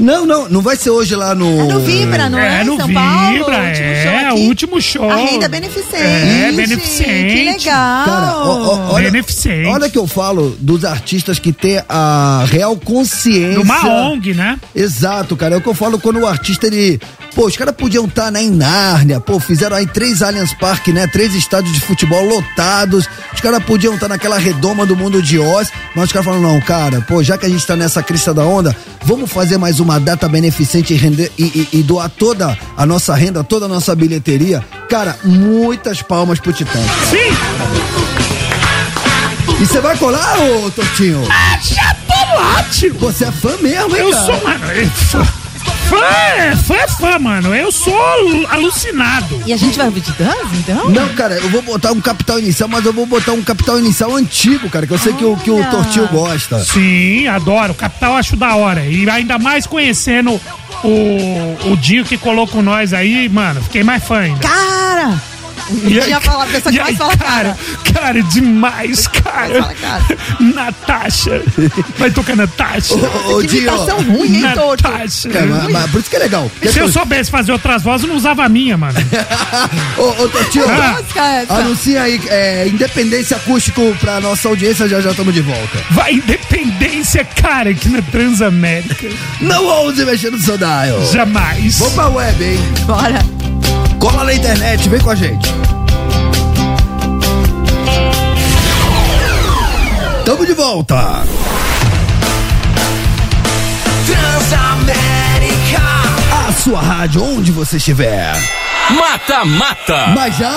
A: Não, não, não vai ser hoje lá no.
E: No Vibra, não é?
B: É,
E: Em
B: no
E: São Paulo?
B: Vibra,
E: o último
B: é,
E: show aqui.
B: o último show.
E: A renda beneficente.
B: É, beneficente.
E: Que legal.
A: Cara, ó, ó, olha,
B: Beneficente.
A: olha que eu falo dos artistas que têm a real consciência.
B: Numa ONG, né?
A: Exato, cara. É o que eu falo quando o artista ele. Pô, os caras podiam estar né, em Nárnia, pô, fizeram aí três Allianz Park, né? Três estádios de futebol lotados. Os caras podiam estar naquela redoma do mundo de Oz, mas os caras falam, não, cara, pô, já que a gente tá nessa crista da onda, vamos fazer mais uma data beneficente e, render- e- e- e doar toda a nossa renda, toda a nossa bilheteria. Cara, muitas palmas pro Titã. E você vai colar, ô Tortinho?
B: Ah, já tô lá, tio.
A: Você é fã mesmo, hein,
B: Eu
A: cara?
B: sou, mano. eu- Fã, fã, fã, é fã, mano. Eu sou alu- alucinado.
E: E a gente vai ver de dança, então?
A: Não, cara, eu vou botar um capital inicial, mas eu vou botar um capital inicial antigo, cara, que eu sei que o, que o
E: Olha.
A: Tortinho gosta.
B: Sim, adoro. Capital acho da hora. E ainda mais conhecendo o, o Dinho que colocou nós aí, mano. Fiquei mais fã ainda.
E: Cara!
B: E
E: Eu tinha
B: aí,
E: falado, a pessoa
B: e
E: que mais
B: aí,
E: fala, cara.
B: Cara, é demais,
E: Mais
B: cara.
E: fala, cara.
B: Natasha. Vai tocar Natasha.
A: Ô, ô,
E: que
A: Dinho.
E: imitação ruim, hein, Torto?
B: Natasha.
A: Cara, mas, mas por isso que é legal. Quer
B: Se eu
A: que-
B: soubesse fazer outras vozes, eu não usava a minha, mano.
A: Ô, ô, Tortinho,
B: Ah.
E: Nossa, essa.
A: anuncia aí é, Independência Acústico pra nossa audiência, já já estamos de volta.
B: Vai independência, cara, aqui na Transamérica.
A: Não ouse mexer no seu dial.
B: Jamais.
A: Vamos pra web, hein?
E: Bora.
A: Cola na internet, vem com a gente. Tamo de volta. A sua rádio, onde você estiver.
F: Mata, mata.
A: Mas já!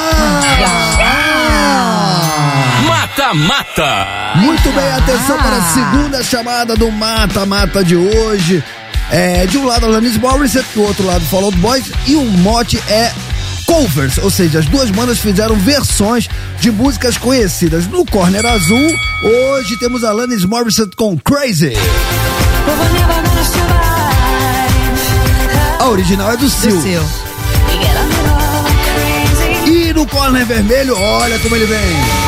A: Ah!
F: Mata, mata.
A: Muito bem, atenção para a segunda chamada do Mata Mata de hoje. É, de um lado, Alanis Morissette, do outro lado, Fall Out Boys. E o mote é covers, ou seja, as duas bandas fizeram versões de músicas conhecidas. No Corner Azul, hoje temos Alanis Morissette com Crazy. A original é do Sil.
E: Do seu.
A: E no Corner Vermelho, olha como ele vem.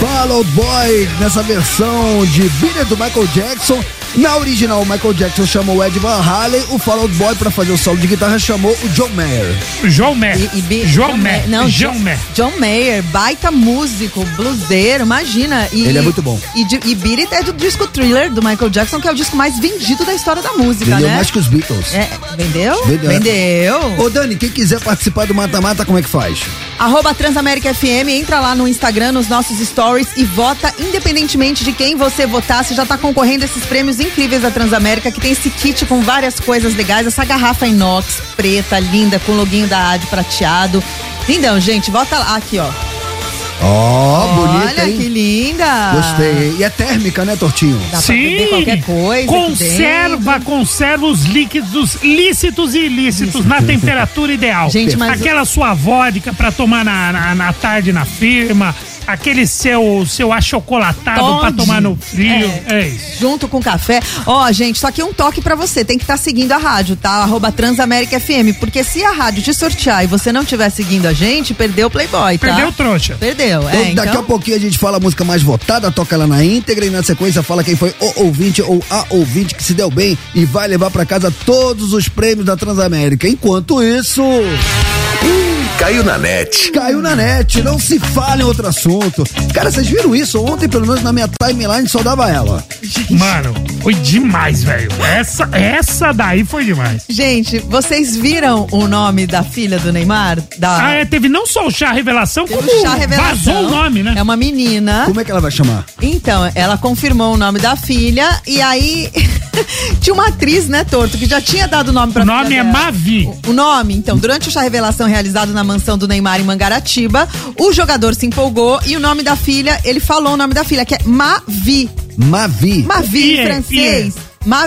A: Fall Out Boy nessa versão de Billy do Michael Jackson. Na original, o Michael Jackson chamou o Ed Van Halen, o Fall Out Boy pra fazer o solo de guitarra chamou o John Mayer.
B: João Mer.
E: E, e B-
B: João Mer.
E: Não,
B: João
E: John,
B: Mer.
E: John Mayer, baita músico, bluseiro, imagina. E-
A: Ele é muito bom.
E: E, de- e Beat It é do disco Thriller, do Michael Jackson, que é o disco mais vendido da história da música,
A: Vendeu
E: né?
A: mais que os Beatles.
E: É, vendeu?
A: Vendeu.
E: Vendeu.
A: Ô Dani, quem quiser participar do Mata Mata, como é que faz?
E: Arroba Transamérica FM, entra lá no Instagram, nos nossos stories e vota independentemente de quem você votar. Você já tá concorrendo a esses prêmios incríveis da Transamérica, que tem esse kit com várias coisas legais. Essa garrafa inox, preta, linda, com loguinho da AD prateado. Lindão, gente, vota lá. Aqui, ó.
A: Ó, bonita,
E: Olha
A: hein?
E: que linda!
A: Gostei. hein? E é térmica, né, Tortinho?
E: Dá pra beber
B: Sim.
E: qualquer coisa. aqui
B: Conserva, conserva os líquidos lícitos e ilícitos na temperatura ideal.
E: Gente, mas-
B: Aquela sua vodka pra tomar na, na, na tarde na firma, aquele seu, seu achocolatado pra
E: Toddy.
B: tomar no frio. É, isso.
E: dentro, Junto com café. Ó, gente, só que um toque pra você. Tem que estar seguindo a rádio, tá? Arroba Transamérica FM. Porque se a rádio te sortear e você não estiver seguindo a gente, perdeu o Playboy, tá?
B: Perdeu o trouxa.
E: Perdeu,
A: Então,
E: é.
A: Daqui a
E: Então,
A: pouquinho a gente fala a música mais votada, toca ela na íntegra e na sequência fala quem foi o ouvinte ou a ouvinte que se deu bem e vai levar pra casa todos os prêmios da Transamérica. Enquanto isso. Caiu na net. Caiu na net, não se fala em outro assunto. Cara, vocês viram isso? Ontem, pelo menos na minha timeline, só dava ela.
B: Mano, foi demais, velho. Essa, essa daí foi demais.
E: Gente, vocês viram o nome da filha do Neymar? Da...
B: Ah, é, teve não só o chá revelação,
E: Teve
B: Então, como
E: o chá revelação.
B: vazou o nome, né?
E: É uma menina.
A: Como é que ela vai chamar?
E: Então, ela confirmou o nome da filha e aí tinha uma atriz, né, Torto, que já tinha dado o nome pra
B: O
E: filha
B: nome é
E: dela.
B: Mavi.
E: O nome, então, durante o chá revelação realizado na mansão do Neymar em Mangaratiba, o jogador se empolgou e o nome da filha, ele falou o nome da filha, que é Mavi.
A: Mavi.
E: Mavi
B: Ie,
E: em francês. Ma-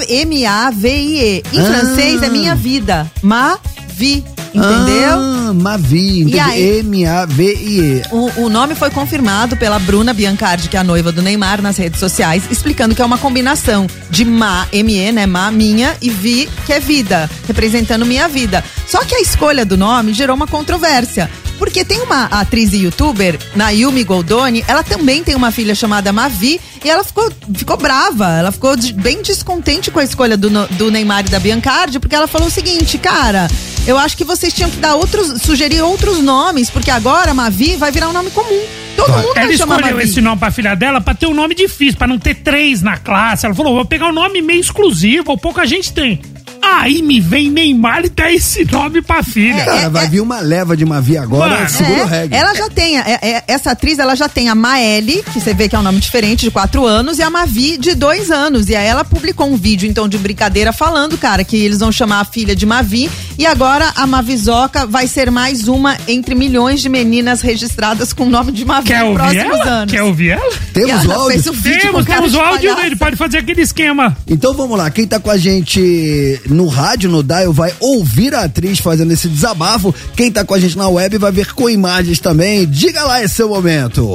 E: M-A-V-I-E. Em
A: Ah.
E: francês é minha vida. Mavi. Entendeu?
A: Ah, Mavi, entendi.
E: aí?
A: M-A-V-I-E.
E: O, o nome foi confirmado pela Bruna Biancardi, que é a noiva do Neymar, nas redes sociais, explicando que é uma combinação de Ma, M-E, né? Ma, minha, e Vi, que é vida, representando minha vida. Só que a escolha do nome gerou uma controvérsia. Porque tem uma atriz e youtuber, Nayumi Goldoni, ela também tem uma filha chamada Mavi, e ela ficou, ficou brava, ela ficou de- bem descontente com a escolha do, no- do Neymar e da Biancardi, porque ela falou o seguinte, cara, eu acho que vocês tinham que dar outros, sugerir outros nomes, porque agora Mavi vai virar um nome comum. Todo mundo
B: Ela
E: vai chamar
B: escolheu
E: Mavi.
B: esse nome pra filha dela pra ter um nome difícil, pra não ter três na classe. Ela falou: vou pegar um nome meio exclusivo, ou pouca gente tem. Aí me vem Neymar e dá esse nome pra filha.
A: Cara, vai vir uma leva de Mavi agora,
B: Mano.
A: segura o
E: É,
A: reggae.
E: ela já tem, é, é, essa atriz, ela já tem a Maeli, que você vê que é um nome diferente, de quatro anos, e a Mavi, de dois anos. E aí ela publicou um vídeo, então, de brincadeira, falando, cara, que eles vão chamar a filha de Mavi. E agora a Mavizoca vai ser mais uma entre milhões de meninas registradas com o nome de Mavi
B: Quer
E: nos
B: ouvir
E: próximos
B: ela?
E: anos.
B: Quer ouvir ela?
A: Temos
E: E ela
A: o áudio?
E: fez um vídeo com
B: Temos,
E: cara
B: temos
E: de
B: o áudio
E: palhaça.
B: dele, pode fazer aquele esquema.
A: Então vamos lá, quem tá com a gente no rádio, no Dial, vai ouvir a atriz fazendo esse desabafo. Quem tá com a gente na web vai ver com imagens também. Diga lá esse seu momento.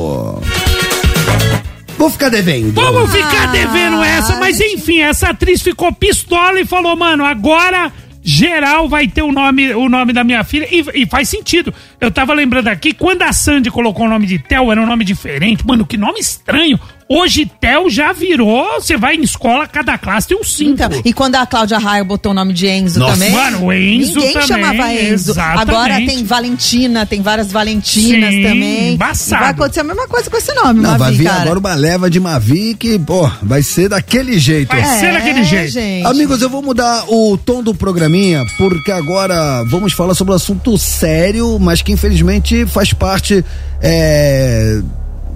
A: Vou ficar devendo.
E: Ah.
B: Vamos ficar devendo essa, mas enfim, essa atriz ficou pistola e falou, mano, agora geral vai ter o nome, o nome da minha filha. E, e faz sentido. Eu tava lembrando aqui, quando a Sandy colocou o nome de Tel, era um nome diferente. Mano, que nome estranho. Hoje Tel já virou, você vai em escola, cada classe tem um
E: Então,
B: cinco.
E: e quando a Cláudia Raia botou o nome de Enzo
A: Nossa.
E: também.
B: Mano, o Enzo
E: ninguém
B: também,
E: chamava Enzo.
B: exatamente.
E: Agora tem Valentina, tem várias Valentinas
B: Sim,
E: também.
B: embaçado.
E: E Vai acontecer a mesma coisa com esse nome,
A: Não,
E: Mavi,
A: vai vir
E: cara.
A: agora uma leva de Mavi que, pô, vai ser daquele jeito.
B: Vai ser daquele jeito.
E: gente.
A: Amigos, eu vou mudar o tom do programinha, porque agora vamos falar sobre um assunto sério, mas que infelizmente faz parte é,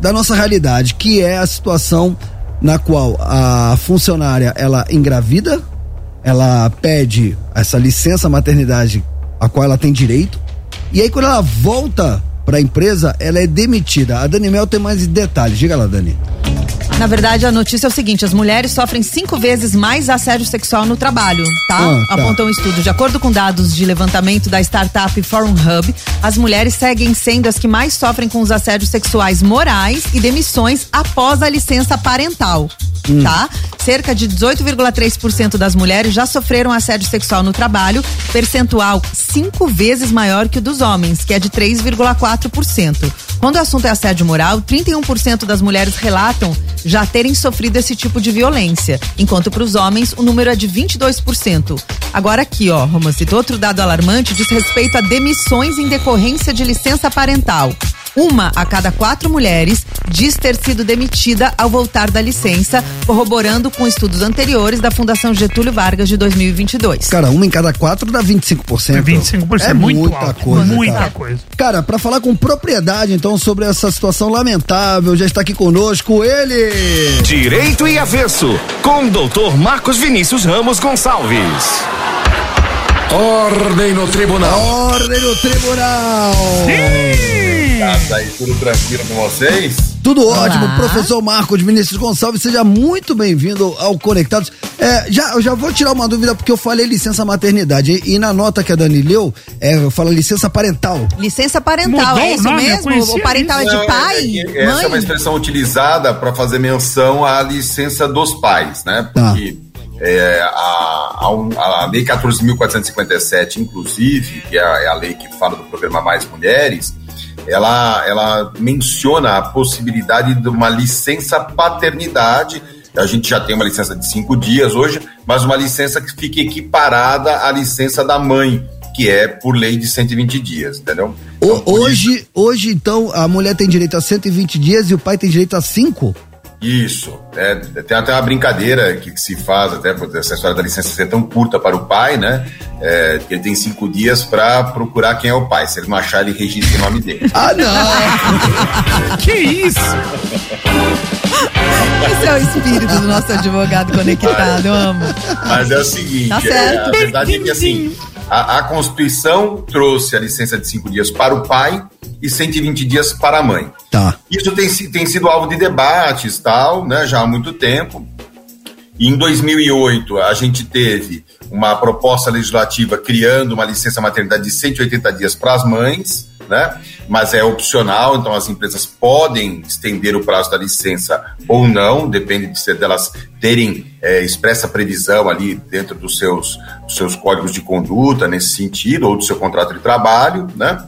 A: da nossa realidade, que é a situação na qual a funcionária ela engravida, ela pede essa licença maternidade a qual ela tem direito, e aí quando ela volta para a empresa, ela é demitida. A Dani Mel tem mais detalhes. Diga lá, Dani.
E: Na verdade, a notícia é o seguinte: as mulheres sofrem cinco vezes mais assédio sexual no trabalho, tá?
A: Ah, tá.
E: Apontou um estudo. De acordo com dados de levantamento da startup Forum Hub, as mulheres seguem sendo as que mais sofrem com os assédios sexuais morais e demissões após a licença parental.
A: Hum.
E: Tá? Cerca de 18,3% das mulheres já sofreram assédio sexual no trabalho, percentual cinco vezes maior que o dos homens, que é de 3,4%. Quando o assunto é assédio moral, 31% das mulheres relatam já terem sofrido esse tipo de violência, enquanto para os homens o número é de 22%. Agora aqui, ó, Romancito, outro dado alarmante diz respeito a demissões em decorrência de licença parental. Uma a cada quatro mulheres diz ter sido demitida ao voltar da licença, corroborando com estudos anteriores da Fundação Getúlio Vargas de 2022.
A: Cara, uma em cada quatro dá 25%.
B: 25% é muito
A: muita
B: alto,
A: coisa.
B: muita
A: cara.
B: coisa.
A: Cara, pra falar com propriedade, então, sobre essa situação lamentável, já está aqui conosco ele.
D: Direito e avesso, com o doutor Marcos Vinícius Ramos Gonçalves. Ordem no tribunal.
A: Ordem do Tribunal.
L: Tá aí, tudo tranquilo com vocês?
A: Tudo ótimo, professor Marcos Vinícius Gonçalves, seja muito bem-vindo ao Conectados. É, já, eu já vou tirar uma dúvida, porque eu falei licença maternidade, e, e na nota que a Dani leu, é, fala licença parental.
E: Licença parental,
B: Mudou
E: é
B: o
E: isso
B: nome, eu
E: mesmo?
B: conhecia
E: O parental é
L: Não,
E: de pai?
L: é que Essa é uma
E: Mãe?
L: expressão utilizada para fazer menção à licença dos pais, né?
E: Tá.
L: Porque é, a, a um- a Lei 14.457, inclusive, que é a, é a lei que fala do programa Mais Mulheres, ela, ela menciona a possibilidade de uma licença paternidade. A gente já tem uma licença de cinco dias hoje, mas uma licença que fique equiparada à licença da mãe. que é por lei de 120 dias, entendeu?
A: O- hoje, hoje, então, a mulher tem direito a 120 dias e o pai tem direito a 5?
L: Isso. É, tem até uma brincadeira que, que se faz, até por essa história da licença ser tão curta para o pai, né? É, que ele tem cinco dias para procurar quem é o pai. Se ele não achar, ele registra o nome dele.
A: Ah, não!
B: que isso?
E: Esse é o espírito do nosso advogado conectado, eu amo.
L: Mas é o seguinte,
E: Tá
L: é, a
E: certo.
L: verdade é que assim, a, a Constituição trouxe a licença de cinco dias para o pai e 120 dias para a mãe.
A: Tá.
L: Isso tem, si- tem sido alvo de debates tal, né, já há muito tempo. E em 2008, a gente teve uma proposta legislativa criando uma licença maternidade de 180 dias para as mães, né? Mas é opcional, então as empresas podem estender o prazo da licença ou não, depende de se delas terem eh, expressa previsão ali dentro dos seus, dos seus códigos de conduta nesse sentido, ou do seu contrato de trabalho, né?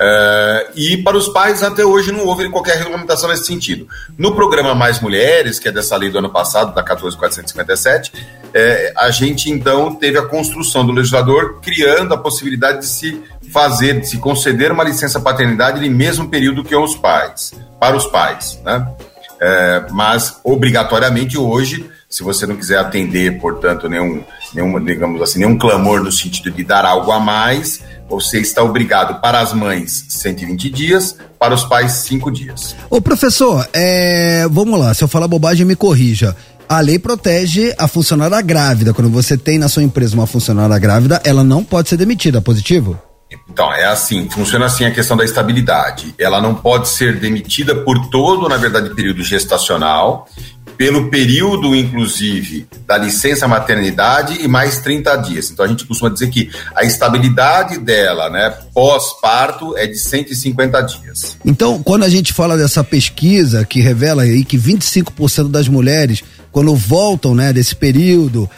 L: É, e para os pais, até hoje, não houve qualquer regulamentação nesse sentido. No programa Mais Mulheres, que é dessa lei do ano passado, da 14457, é, a gente então teve a construção do legislador criando a possibilidade de se fazer, de se conceder uma licença paternidade no mesmo período que é os pais, para os pais, né? É, mas obrigatoriamente hoje, se você não quiser atender, portanto, nenhum, nenhum, digamos assim, nenhum clamor no sentido de dar algo a mais, você está obrigado para as mães 120 dias, para os pais 5 dias.
A: Ô, professor, é, vamos lá, se eu falar bobagem, me corrija. A lei protege a funcionária grávida. Quando você tem na sua empresa uma funcionária grávida, ela não pode ser demitida, positivo?
L: Então, é assim, funciona assim a questão da estabilidade. Ela não pode ser demitida por todo, na verdade, período gestacional, pelo período, inclusive, da licença maternidade e mais 30 dias. Então, a gente costuma dizer que a estabilidade dela, né, pós-parto, é de 150 dias.
A: Então, quando a gente fala dessa pesquisa que revela aí que 25% das mulheres, quando voltam, né, desse período,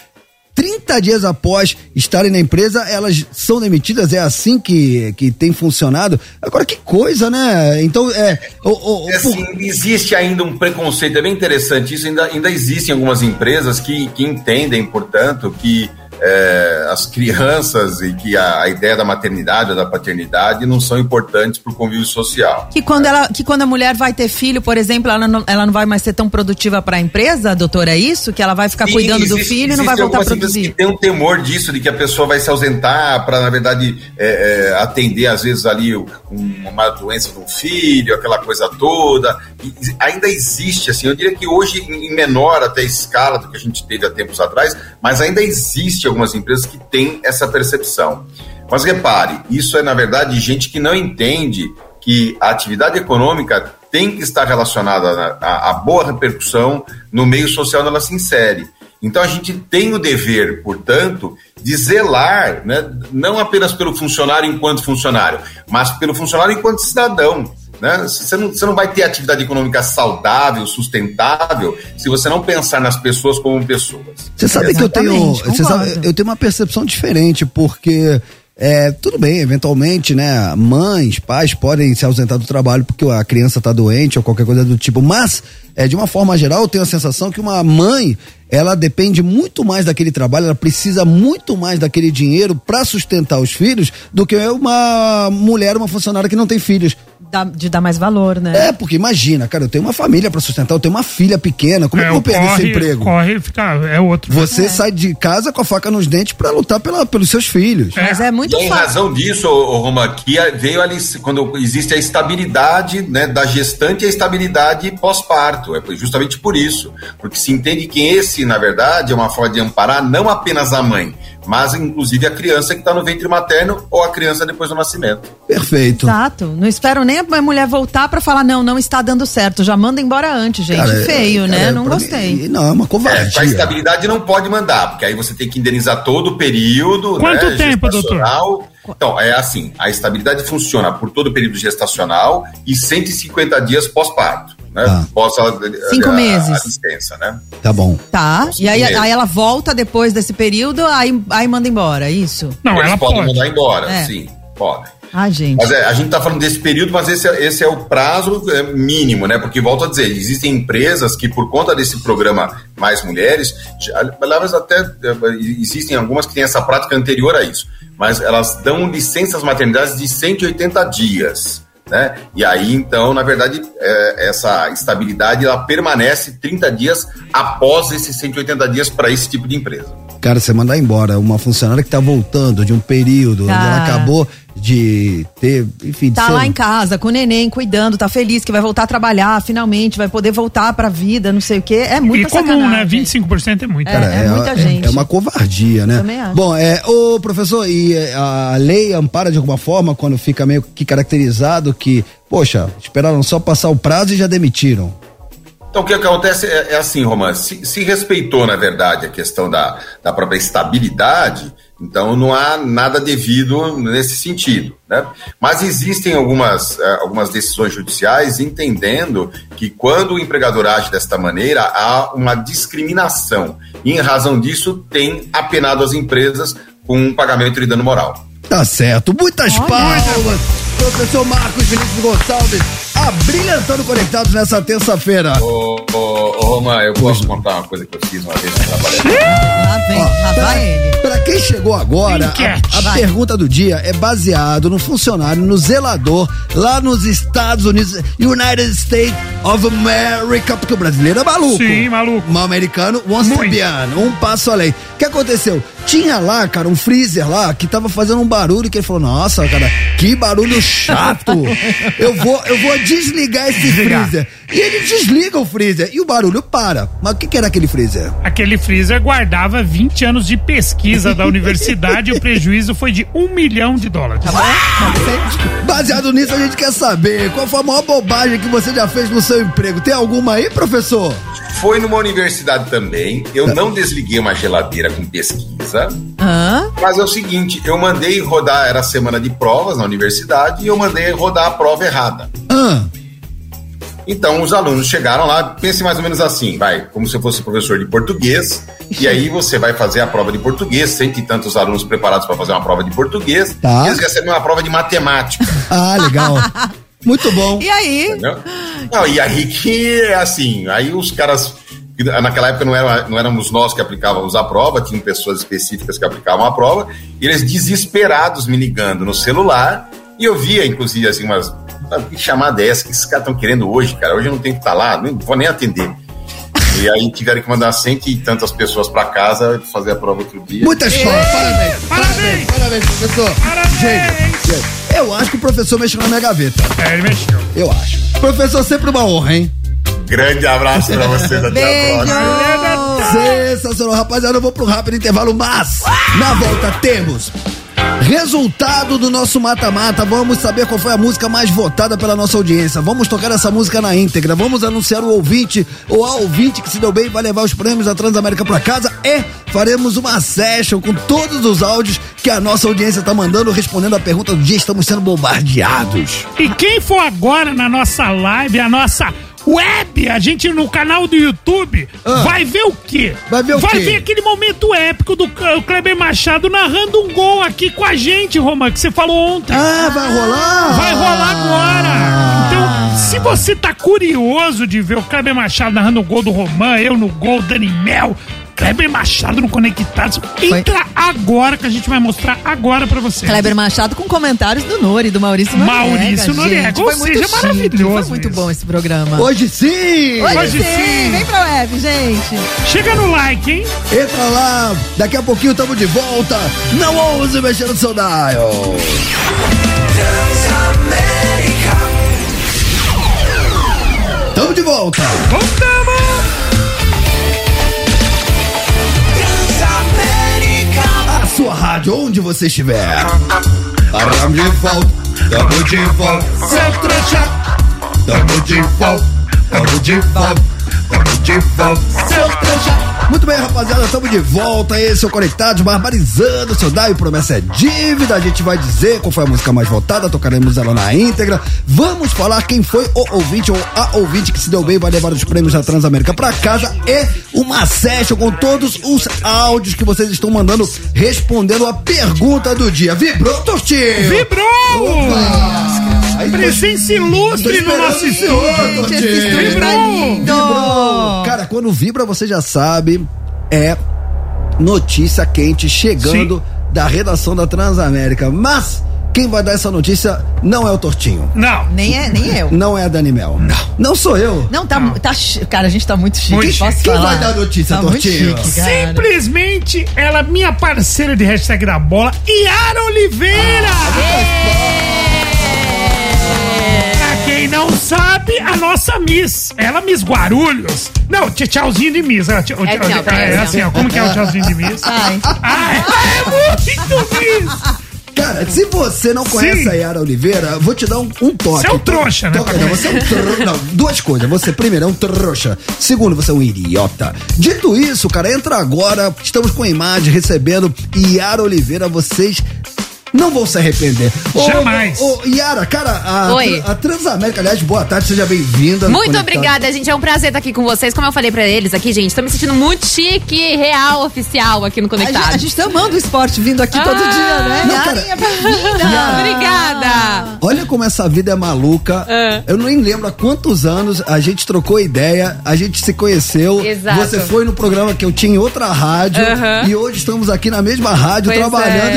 A: 30 dias após estarem na empresa, elas são demitidas, é assim que, que tem funcionado. Agora, que coisa, né? Então, é. o- o- o-
L: É assim, existe ainda um preconceito, é bem interessante isso, ainda, ainda existem algumas empresas que, que entendem, portanto, que é, as crianças e que a, a ideia da maternidade ou da paternidade não são importantes para o convívio social.
E: Que quando, ela, que quando a mulher vai ter filho, por exemplo, ela não, ela não vai mais ser tão produtiva pra empresa, doutora? É isso? Que ela vai ficar
L: Sim,
E: cuidando do
L: existe-
E: filho e não vai
L: existem
E: voltar a
L: algumas empresas
E: produzir?
L: que Tem um temor disso, de que a pessoa vai se ausentar para, na verdade, é, é, atender, às vezes, ali o- um- uma doença de um filho, aquela coisa toda. E, e ainda existe, assim, eu diria que hoje, em em menor até escala do que a gente teve há tempos atrás, mas ainda existe algumas empresas que têm essa percepção. Mas repare, isso é, na verdade, gente que não entende que a atividade econômica tem que estar relacionada na- à à boa repercussão no meio social onde ela se insere. Então a gente tem o dever, portanto, de zelar, né, não apenas pelo funcionário enquanto funcionário, mas pelo funcionário enquanto cidadão. Né? Você, não, você não vai ter atividade econômica saudável, sustentável, se você não pensar nas pessoas como pessoas.
A: Você sabe que eu tenho.
L: Exatamente,
A: Você sabe, eu tenho uma percepção diferente, porque. é, tudo bem, eventualmente, né? Mães, pais podem se ausentar do trabalho porque a criança tá doente ou qualquer coisa do tipo, mas, é, de uma forma geral, eu tenho a sensação que uma mãe, ela depende muito mais daquele trabalho, ela precisa muito mais daquele dinheiro para sustentar os filhos do que uma mulher, uma funcionária que não tem filhos.
E: de dar mais valor, né?
A: É, porque imagina, cara, eu tenho uma família para sustentar, eu tenho uma filha pequena, como é, que eu vou perder
B: corre,
A: esse emprego?
B: Corre e fica. É outro.
A: Você sai de casa com a faca nos dentes pra lutar pela, pelos seus filhos.
E: Mas é
L: E em razão disso, ô, ô, Roma, que a- veio ali quando existe a estabilidade né, da gestante e a estabilidade pós-parto. É justamente por isso. Porque se entende que esse, na verdade, é uma forma de amparar não apenas a mãe, mas inclusive a criança que está no ventre materno ou a criança depois do nascimento.
A: Perfeito.
E: Exato. Não espero nem a mulher voltar pra falar, não, não está dando certo. Já manda embora antes, gente.
L: Cara, é-
E: Feio,
L: cara,
E: né?
L: é
E: não
L: pra mim-
E: gostei.
A: não, é uma
L: É, com a estabilidade não pode mandar, porque aí você tem que indenizar todo o período.
B: Quanto
L: né,
B: tempo,
L: gestacional. Então, é assim: a estabilidade funciona por todo o período gestacional e 150 dias pós-parto. Né? Pós a, a-
E: Cinco
L: a-
E: meses.
L: A licença, né?
A: Tá bom.
E: Tá. E aí,
L: mesmo.
E: aí ela volta depois desse período, aí, aí manda embora, é isso?
L: Eles podem mandar embora,
E: É.
L: sim, podem.
E: Ah, gente.
L: Mas é, a gente está falando desse período, mas esse, é- esse é o prazo é, mínimo, né? Porque, volto a dizer, existem empresas que, por conta desse programa Mais Mulheres, já- palavras até. é, Existem algumas que têm essa prática anterior a isso, mas elas dão licenças maternidades de 180 dias. Né? E aí, então, na verdade, é, essa estabilidade ela permanece 30 dias após esses 180 dias para esse tipo de empresa.
A: Cara, você mandar embora uma funcionária que tá voltando de um período onde ela
E: Cara.
A: acabou de ter, enfim, de
E: Tá
A: ser- um
E: lá em casa, com o neném, cuidando, tá feliz que vai voltar a trabalhar, finalmente, vai poder voltar pra vida, não sei o quê. É muito
B: E comum, né? 25% é muito.
E: É, é muita gente.
A: É uma covardia, né?
E: Também acho.
A: Bom, é, ô professor, e é, a lei ampara de alguma forma quando fica meio que caracterizado que, poxa, esperaram só passar o prazo e já demitiram.
L: Então, o que acontece é, é assim, Roman, se, se respeitou, na verdade, a questão da, da própria estabilidade, então não há nada devido nesse sentido. Né? Mas existem algumas, eh, algumas decisões judiciais entendendo que quando o empregador age desta maneira, há uma discriminação. E, em razão disso, tem apenado as empresas com um pagamento de dano moral.
A: Tá certo. Muitas palmas. Professor Marcos Vinícius Gonçalves, abrilhantando conectados nessa terça-feira.
L: Ô, ô, ô, Roman, eu posso contar uma coisa que eu fiz uma vez no trabalho.
A: Ó, pra, pra quem chegou agora,
L: Enquete.
A: a, a
L: Vai.
A: pergunta do dia é baseado no funcionário, no zelador, lá nos Estados Unidos, United States of America, porque o brasileiro é maluco.
B: Sim, maluco.
A: Um americano, once again, um passo além. O que aconteceu? Tinha lá, cara, um freezer lá que tava fazendo um barulho que ele falou, nossa, cara, que barulho chato. Eu vou, eu vou desligar esse freezer. E ele desliga o freezer e o barulho para. Mas o que que era aquele freezer?
B: Aquele freezer guardava 20 anos de pesquisa da universidade e o prejuízo foi de um milhão de dólares.
A: Tá Baseado nisso, a gente quer saber qual foi a maior bobagem que você já fez no seu emprego. Tem alguma aí, professor?
L: Foi numa universidade também. Eu não desliguei uma geladeira com pesquisa. Mas é o seguinte, eu mandei rodar, era semana de provas na universidade, e eu mandei rodar a prova errada. Então os alunos chegaram lá, pense mais ou menos assim, vai, como se eu fosse professor de português, e aí você vai fazer a prova de português, cento e tantos alunos preparados para fazer uma prova de português,
A: Tá.
L: e eles recebem uma prova de matemática.
A: Ah, legal. Muito bom.
E: E aí?
L: Entendeu? Não, e aí que, assim, aí os caras. que Naquela época não, era, não éramos nós que aplicávamos a prova, tinham pessoas específicas que aplicavam a prova, e eles desesperados me ligando no celular, e eu via, inclusive, assim, umas. "Ah, Que chamada é essa? O que esses caras estão querendo hoje, cara? Hoje eu não tenho que estar lá, não vou nem atender. E aí tiveram que mandar cento e tantas pessoas para casa fazer a prova outro dia.
A: Muita história. Parabéns. Parabéns. Parabéns, professor. Gente, gente, eu acho que o professor mexeu na minha gaveta.
B: É, ele mexeu.
A: Eu acho. Professor, sempre uma honra, hein?
L: Grande abraço para vocês, até a próxima.
A: Sensacional, rapaziada. Eu vou pro rápido intervalo, mas na volta temos. Resultado do nosso mata-mata. Vamos saber qual foi a música mais votada pela nossa audiência. Vamos tocar essa música na íntegra. Vamos anunciar o ouvinte ou a ouvinte que se deu bem vai levar os prêmios da Transamérica pra casa. E faremos uma session com todos os áudios que a nossa audiência tá mandando respondendo a pergunta do dia. Estamos sendo bombardeados.
B: E quem for agora na nossa live, a nossa web, a gente no canal do YouTube, vai ver o quê? Vai ver
A: Ah. o
B: Vai
A: quê?
B: ver aquele momento épico do Cle- Kleber Machado narrando um gol aqui com a gente, Roman, que você falou ontem.
A: Ah, vai rolar?
B: Vai rolar agora.
E: Ah.
B: Então, se você tá curioso de ver o Kleber Machado narrando o gol do Roman, eu no gol, Dani Mel... Kleber Machado no Conectados. Entra agora que a gente vai mostrar agora pra você.
E: Kleber Machado com comentários do Nori, do Maurício Noriega.
B: Maurício Noriega,
E: gente.
B: ou
E: Foi muito
B: seja,
E: chique, Foi
B: maravilhoso
E: muito bom esse programa.
A: Hoje sim!
E: Hoje, sim. Vem pra web, gente.
B: Chega no like, hein?
A: Entra lá, daqui a pouquinho tamo de volta. Não ouse mexer no seu dial. Tamo de volta. A sua rádio, onde você estiver. Tamo de volta, tamo de volta.
D: Seu trouxa. Tamo de volta, tamo de volta,
A: de volta. Muito bem, rapaziada, estamos de volta. Esse é o Conectados, barbarizando. Seu Daio Promessa é Dívida. A gente vai dizer qual foi a música mais votada, tocaremos ela na íntegra. Vamos falar quem foi o ouvinte ou a ouvinte que se deu bem, vai levar os prêmios da Transamérica pra casa e uma session com todos os áudios que vocês estão mandando respondendo a pergunta do dia. Vibrou, Tostinho?
B: Vibrou!
A: Aí,
B: Presença
A: Tô
B: ilustre no
A: esperando
B: nosso
A: o
B: estúdio.
A: outro, Gente, esse estúdio
B: Vibrou!
A: tá Vibrou. Cara, quando vibra, você já sabe, é notícia quente chegando da redação da Transamérica. Mas quem vai dar essa notícia não é o Tortinho.
B: Não.
E: Nem, é, nem eu.
A: Não é a Dani Mel. Não. Não sou eu.
E: Não, tá, tá. chi- Cara, a gente tá muito chique.
A: Muito
E: posso
A: chique. Quem
E: falar?
A: vai dar a notícia,
E: tá muito
A: Tortinho?
E: chique, cara.
B: Simplesmente ela, minha parceira de hashtag da bola, Yara Oliveira!
E: Ah,
B: pra quem não sabe, a nossa Miss. Ela, Miss Guarulhos. Não, tch- tchauzinho de Miss. Ah, tch- tch-
D: É tchau,
B: tch- é
D: é
B: assim, ó,
D: tchau.
B: como que é o tchauzinho de Miss?
E: Ai.
B: é muito Miss!
A: Cara, se você não conhece
B: Sim.
A: a Yara Oliveira, vou te dar um, um toque.
B: Você é um trouxa, né,
A: Toca,
B: pra
A: não,
B: começar.
A: você é um trouxa. Não, duas coisas. Você, primeiro, é um trouxa. Segundo, você é um idiota. Dito isso, cara, entra agora. Estamos com a imagem recebendo Yara Oliveira. Vocês não vão se arrepender. Ô,
B: Jamais.
A: Ô, ô, Yara, cara, a,
M: Oi.
A: a Transamérica, aliás, boa tarde, seja bem-vinda. no
M: Muito
A: Conectados.
M: obrigada, gente. É um prazer estar aqui com vocês. Como eu falei pra eles aqui, gente, tô me sentindo muito chique, real, oficial aqui no Ah,
E: A
M: Conectado.
E: gente- a gente tá amando o esporte vindo aqui todo dia, né?
A: Não,
E: Yara,
A: cara.
E: é bem-vinda.
A: Yara.
M: Obrigada!
A: Olha como essa vida é maluca. Eu nem lembro há quantos anos a gente trocou ideia, a gente se conheceu.
M: Exato.
A: Você foi no programa que eu tinha em outra rádio
M: Aham.
A: e hoje estamos aqui na mesma rádio
M: Pois
A: trabalhando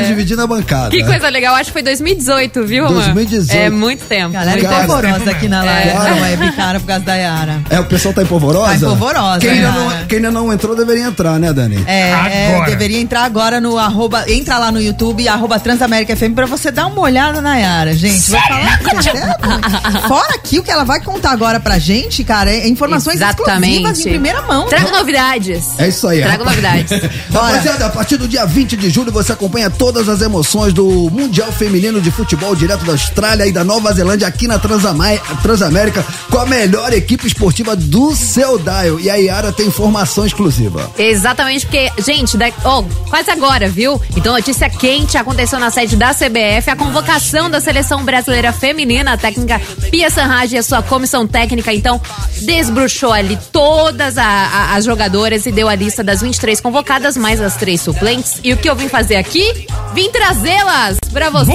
M: é.
A: e dividindo a
E: Ah,
A: bancada.
E: né?
M: Que coisa legal, acho que foi 2018, viu, Amã?
A: 2018.
M: É muito tempo.
E: Galera
M: muito
E: tá
M: tempo. É.
E: horrorosa aqui na live,
A: Claro.
E: na web, cara, por causa da Yara.
A: É, o pessoal tá em polvorosa?
E: Tá em polvorosa,
A: Quem, ainda
E: né,
A: não,
E: cara?
A: quem ainda não entrou deveria entrar, né, Dani?
E: É, é,
A: Agora.
E: deveria entrar agora no arroba, entra lá no YouTube, arroba Transamérica FM, pra você dar uma olhada na Yara, gente. Vai falar que você é- Fora aqui, o que ela vai contar agora pra gente, cara, é informações exclusivas em primeira mão.
M: Trago novidades.
A: É isso aí.
M: Trago
A: rapaz.
M: novidades.
A: Rapaziada, a partir do dia 20 de julho você acompanha todas as emoções do Mundial Feminino de Futebol direto da Austrália e da Nova Zelândia aqui na Transama- Transamérica com a melhor equipe esportiva do seu Dial. E a Yara tem informação exclusiva.
M: Exatamente, porque, gente, da, ó, quase agora, viu? Então, notícia quente aconteceu na sede da CBF, a convocação da seleção brasileira feminina, a técnica Pia Sanraj e a sua comissão técnica, então, desbruxou ali todas a- a- as jogadoras e deu a lista das 23 convocadas, mais as três suplentes. E o que eu vim fazer aqui? Vim trazê-las pra vocês!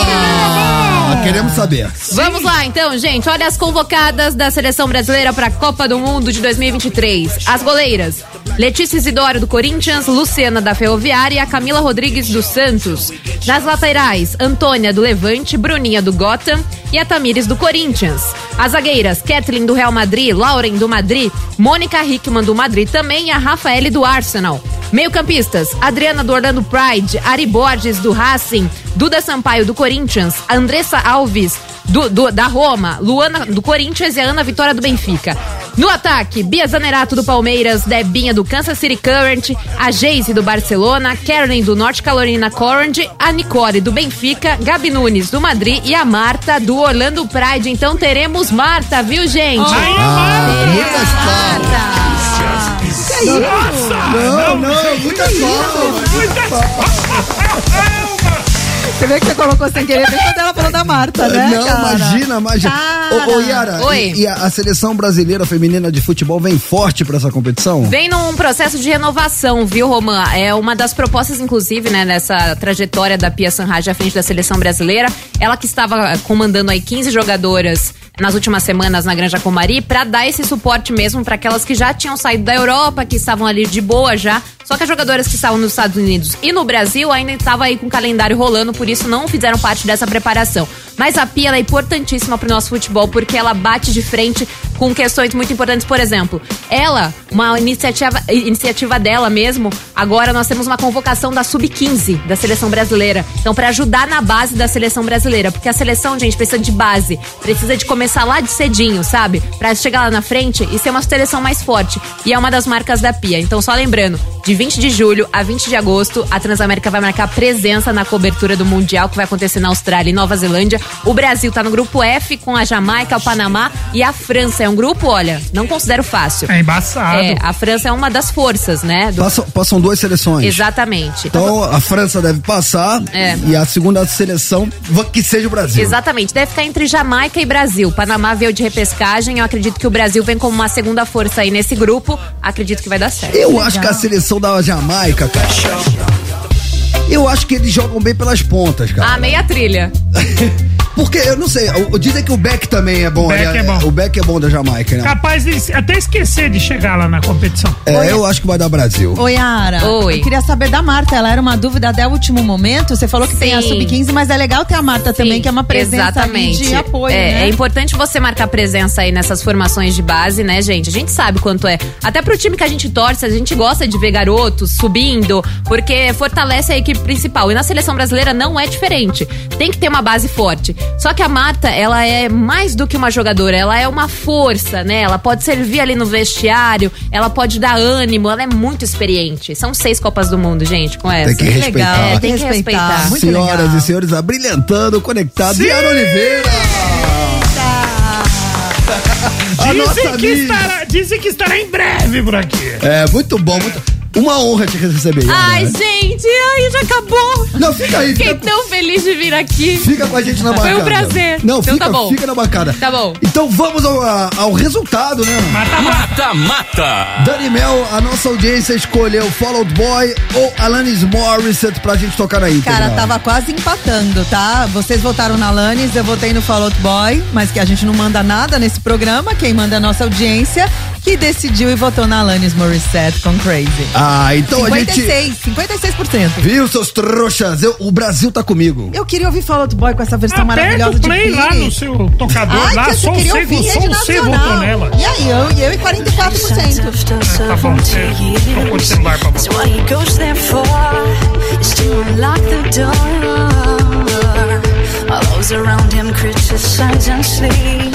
A: Opa! Ah, Queremos saber.
M: Vamos lá então, gente. Olha as convocadas da seleção brasileira para a Copa do Mundo de 2023. As goleiras: Letícia Isidoro do Corinthians, Luciana da Ferroviária e a Camila Rodrigues dos Santos. Nas laterais: Antônia do Levante, Bruninha do Gotham e a Tamires do Corinthians. As zagueiras: Kathleen do Real Madrid, Lauren do Madrid, Mônica Hickman do Madrid também e a Rafaele do Arsenal. Meio-campistas: Adriana do Orlando Pride, Ari Borges do Racing, Duda Sampaio do Corinthians, Andressa Alves do, do- da Roma, Luana do Corinthians e a Ana Vitória do Benfica. No ataque, Bia Zanerato do Palmeiras, Debinha do Kansas City Current, a Geise do Barcelona, Karen do Norte Carolina Current, a Nicole do Benfica, Gabi Nunes do Madrid e a Marta do Orlando Pride. Então teremos Marta, viu, gente?
A: Não, não, muita
E: Você vê que você colocou sem querer, bem quando ela falou da Marta, né?
A: Não,
E: cara?
A: imagina, imagina. Ô, ô, Yara,
M: Oi.
A: e, e a, a seleção brasileira feminina de futebol vem forte pra essa competição?
M: Vem num processo de renovação, viu, Romã? É uma das propostas, inclusive, né, nessa trajetória da Pia Sanraj à frente da seleção brasileira. Ela que estava eh, comandando aí 15 jogadoras nas últimas semanas na Granja Comari pra dar esse suporte mesmo pra aquelas que já tinham saído da Europa, que estavam ali de boa já. Só que as jogadoras que estavam nos Estados Unidos e no Brasil ainda estavam aí com o calendário rolando, por isso não fizeram parte dessa preparação. Mas a Pia ela é importantíssima pro nosso futebol porque ela bate de frente com questões muito importantes. Por exemplo, ela, uma iniciativa, iniciativa dela mesmo, agora nós temos uma convocação da Sub-15 da seleção brasileira. Então, para ajudar na base da seleção brasileira, porque a seleção, gente, precisa de base, precisa de começar lá de cedinho, sabe? Pra chegar lá na frente e ser uma seleção mais forte. E é uma das marcas da Pia. Então, só lembrando, De 20 de julho a 20 de agosto, a Transamérica vai marcar presença na cobertura do Mundial que vai acontecer na Austrália e Nova Zelândia. O Brasil tá no grupo F com a Jamaica, o Panamá e a França. É um grupo, olha, não considero fácil.
B: É embaçado.
M: É, a França é uma das forças, né? do-
A: Passam, passam duas seleções.
M: Exatamente.
A: Então a França deve passar
M: É.
A: e a segunda seleção va- que seja o Brasil.
M: Exatamente, deve ficar entre Jamaica e Brasil. Panamá veio de repescagem. Eu acredito que o Brasil vem como uma segunda força aí nesse grupo. Acredito que vai dar certo.
A: Eu acho que a seleção da Jamaica, cara. Eu acho que eles jogam bem pelas pontas, cara.
M: Ah, meia trilha.
A: Porque eu não sei, o- o- dizem que o Beck também é bom.
B: O Beck
A: né?
B: é bom.
A: O Beck é bom da Jamaica, né?
B: Capaz de até esquecer de chegar lá na competição.
A: É, eu acho que vai dar Brasil.
E: Oi, Ara.
M: Oi.
E: Eu queria saber da Marta. Ela era uma dúvida até o último momento. Você falou que tem a
M: Sim.
E: sub-15, mas é legal ter a Marta também, que é uma presença ali
M: Exatamente.
E: de apoio.
M: é,
E: né?
M: é importante você marcar presença aí nessas formações de base, né, gente? A gente sabe quanto é. Até pro time que a gente torce, a gente gosta de ver garotos subindo, porque fortalece a equipe principal. E na seleção brasileira não é diferente. Tem que ter uma base forte. Só que a Marta, ela é mais do que uma jogadora, ela é uma força, né? Ela pode servir ali no vestiário, ela pode dar ânimo, ela é muito experiente. São seis Copas do Mundo, gente, com essa.
A: Tem que respeitar.
M: É, tem que respeitar.
A: Senhoras e senhores, abrilhantando, conectado. Yara Oliveira! A
B: Dizem
A: nossa
B: que,
A: amiga.
B: estará, dizem que estará em breve por aqui.
A: É, muito bom, muito. Uma honra te receber. Yara.
M: Ai, gente, ai, já acabou.
A: Não, fica aí,
M: Fiquei
A: fica
M: tão feliz de vir aqui.
A: Fica com a gente na bancada.
M: Foi um prazer.
A: Não,
M: então
A: fica,
M: tá bom.
A: fica na bancada.
M: Tá bom.
A: Então vamos ao, a- ao resultado, né?
B: tá
F: Mata, mata.
A: Dani Mel, a nossa audiência escolheu Fall Out Boy ou Alanis Morissette pra gente tocar na íntegra.
E: Cara, tá tava quase empatando, tá? Vocês votaram na Lannis, eu votei no Fall Out Boy, mas que a gente não manda nada nesse programa, quem manda é a nossa audiência, que decidiu e votou na Alanis Morissette com Crazy.
A: Ah, então a
E: 56,
A: gente...
E: 56%.
A: Viu, seus trouxas? Eu- o Brasil tá comigo.
E: Eu queria ouvir Fall Out Boy com essa versão
B: Aperta
E: maravilhosa
B: o play
E: de Pini.
B: lá no seu tocador,
E: Ai,
B: lá,
E: que
B: Ah, só
E: eu
B: o
E: queria
B: C,
E: ouvir,
B: só um
E: rede
B: o C votou
E: nacional.
B: nela.
E: E aí, eu e eu e 44%.
B: Tá bom, você tocou o celular pra você.
C: So what he goes there for is to unlock the door. All those around him criticize and sleep.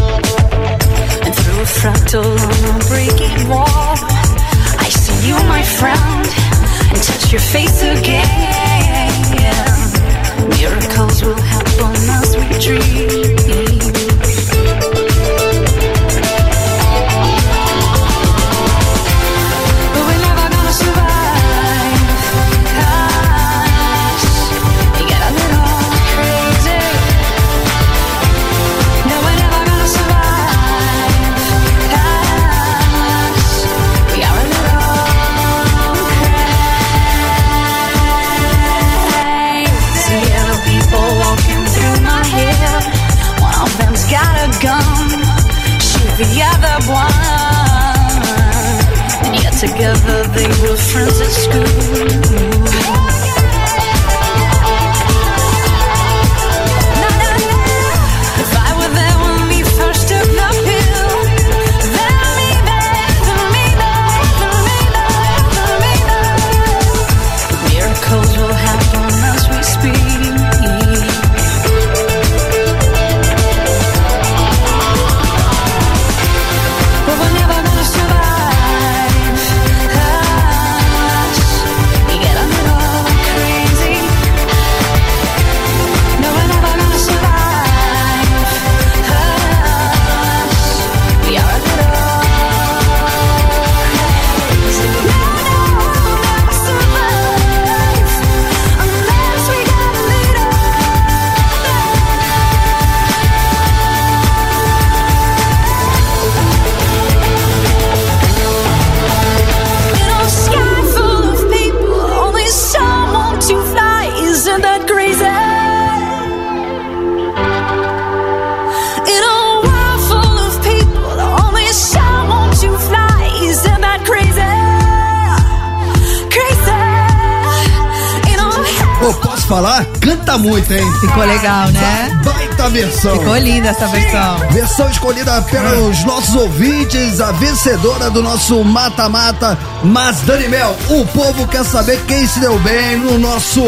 C: And through a fractal on a breaking wall, I see you, my friend, and touch your face again. Miracles will happen as we dream. But we're never gonna survive. Cause we get a little crazy. No, we're never gonna survive. Cause we are a little crazy. See other people walking through my head. One of them's got a gun. Shoot the other one. And yet together they were friends at school. If I were there when we first took the pill, then me, then me, then me, then me, then me. Miracles will happen as we speak. But we're never gonna survive. Hush, we get a little crazy. No, we're never gonna survive. Hush, we are a little crazy. No, no, we'll never survive unless we get a little. Little sky full of people, only someone to fly. Isn't that crazy? In a world full of people, only someone to fly. Isn't that crazy? Crazy. In a
A: Pô, posso falar? Canta muito, hein?
E: Ficou legal, né?
A: Vai, vai Baita versão.
E: Ficou linda essa versão.
A: Versão escolhida pelos nossos ouvintes, a vencedora do nosso mata-mata. Mas, Dani Mel, o povo quer saber quem se deu bem no nosso.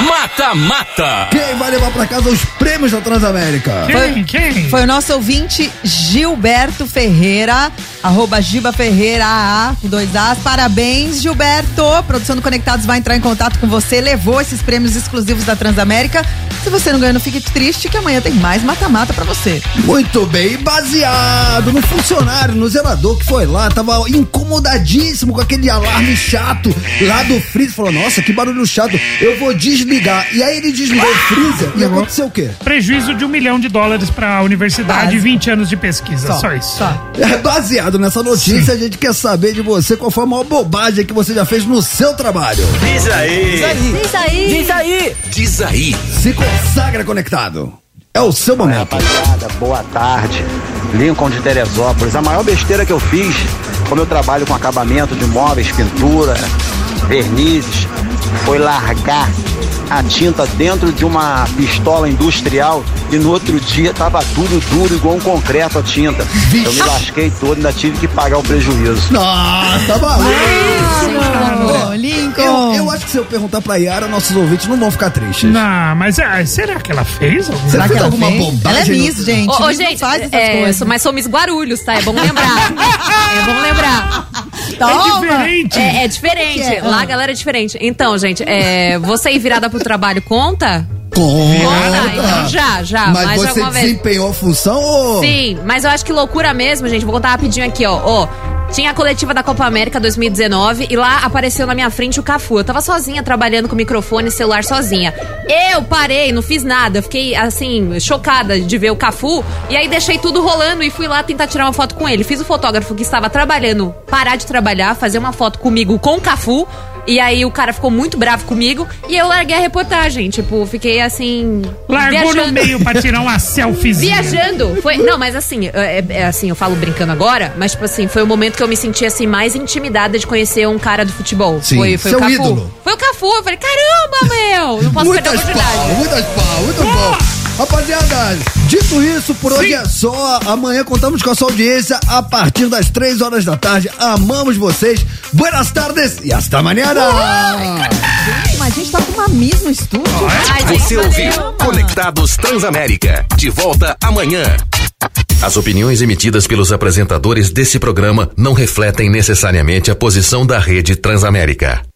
F: Mata-mata.
A: Quem vai levar pra casa os prêmios da Transamérica?
E: Foi, foi o nosso ouvinte Gilberto Ferreira, arroba Giba Ferreira AA, com dois As. Parabéns, Gilberto! Produção do Conectados vai entrar em contato com você, levou esses prêmios exclusivos da Transamérica. Se você não ganhou, não fique triste, que amanhã tem mais mata-mata pra você.
A: Muito bem, baseado no funcionário, no zelador que foi lá, tava incomodadíssimo com aquele alarme chato lá do freezer. Falou, nossa, que barulho chato, eu vou desligar. E aí ele desligou o freezer e aconteceu o quê?
B: Prejuízo de um milhão de dólares pra universidade e 20 anos de pesquisa. Só, isso.
A: É, baseado nessa notícia, a gente quer saber de você qual foi a maior bobagem que você já fez no seu trabalho.
F: Diz aí.
A: Diz
M: aí.
F: Diz aí. Diz aí.
A: Se consagra conectado. É o seu momento.
N: Rapaziada, boa tarde. Lincoln de Teresópolis. A maior besteira que eu fiz, como eu trabalho com acabamento de móveis, pintura, vernizes, foi largar a tinta dentro de uma pistola industrial e no outro dia tava tudo duro, igual um concreto a tinta. Eu me lasquei todo, ainda tive que pagar o prejuízo.
A: Nossa,
F: Ah,
A: maluco.
E: Lincoln, Lincoln.
A: Eu, eu acho que se eu perguntar pra Yara, nossos ouvintes não vão ficar tristes.
B: Não, mas ah, será que ela fez? alguma
A: Será
B: coisa?
A: que ela é alguma
M: é
A: bobagem?
M: Ô, ô, gente, é, eu sou- mas sou Miss Guarulhos, tá? É bom lembrar. é bom lembrar.
C: Toma. diferente.
M: É, é diferente.
C: O que que é?
M: Lá a galera é diferente. Então, gente, é, você ir virada pro trabalho conta? Conta, então já, já.
A: tá. Mas
M: mais
A: você
M: alguma vez.
A: desempenhou a função ou...
M: Sim, mas eu acho que loucura mesmo, gente. Vou contar rapidinho aqui, ó. Ó, Tinha a coletiva da Copa América 2019 e lá apareceu na minha frente o Cafu. Eu tava sozinha trabalhando com microfone e celular sozinha. Eu parei, não fiz nada. Eu Fiquei, assim, chocada de ver o Cafu. E aí deixei tudo rolando e fui lá tentar tirar uma foto com ele. Fiz o fotógrafo que estava trabalhando parar de trabalhar, fazer uma foto comigo com o Cafu. E aí o cara ficou muito bravo comigo e eu larguei a reportagem. Tipo, fiquei assim.
B: Largou no
M: viajando.
B: meio pra tirar uma selfiezinha.
M: Viajando, foi. Não, mas assim, é, é- é assim, eu falo brincando agora, mas tipo assim, foi o momento que eu me senti assim mais intimidada de conhecer um cara do futebol.
A: Sim,
M: foi, foi
A: seu
M: o Cafu.
A: ídolo.
M: Foi o Cafu, eu falei, caramba, meu! Não posso perder a
A: Muitas
M: oportunidade.
A: pau, muitas pau, muito bom. Rapaziada, dito isso, por hoje é só. Amanhã contamos com a sua audiência a partir das 3 horas da tarde. Amamos vocês. Buenas tardes e hasta mañana.
E: Mas a gente tá com uma Miss no estúdio.
F: Você ouviu Conectados Transamérica. De volta amanhã. As opiniões emitidas pelos apresentadores desse programa não refletem necessariamente a posição da Rede Transamérica.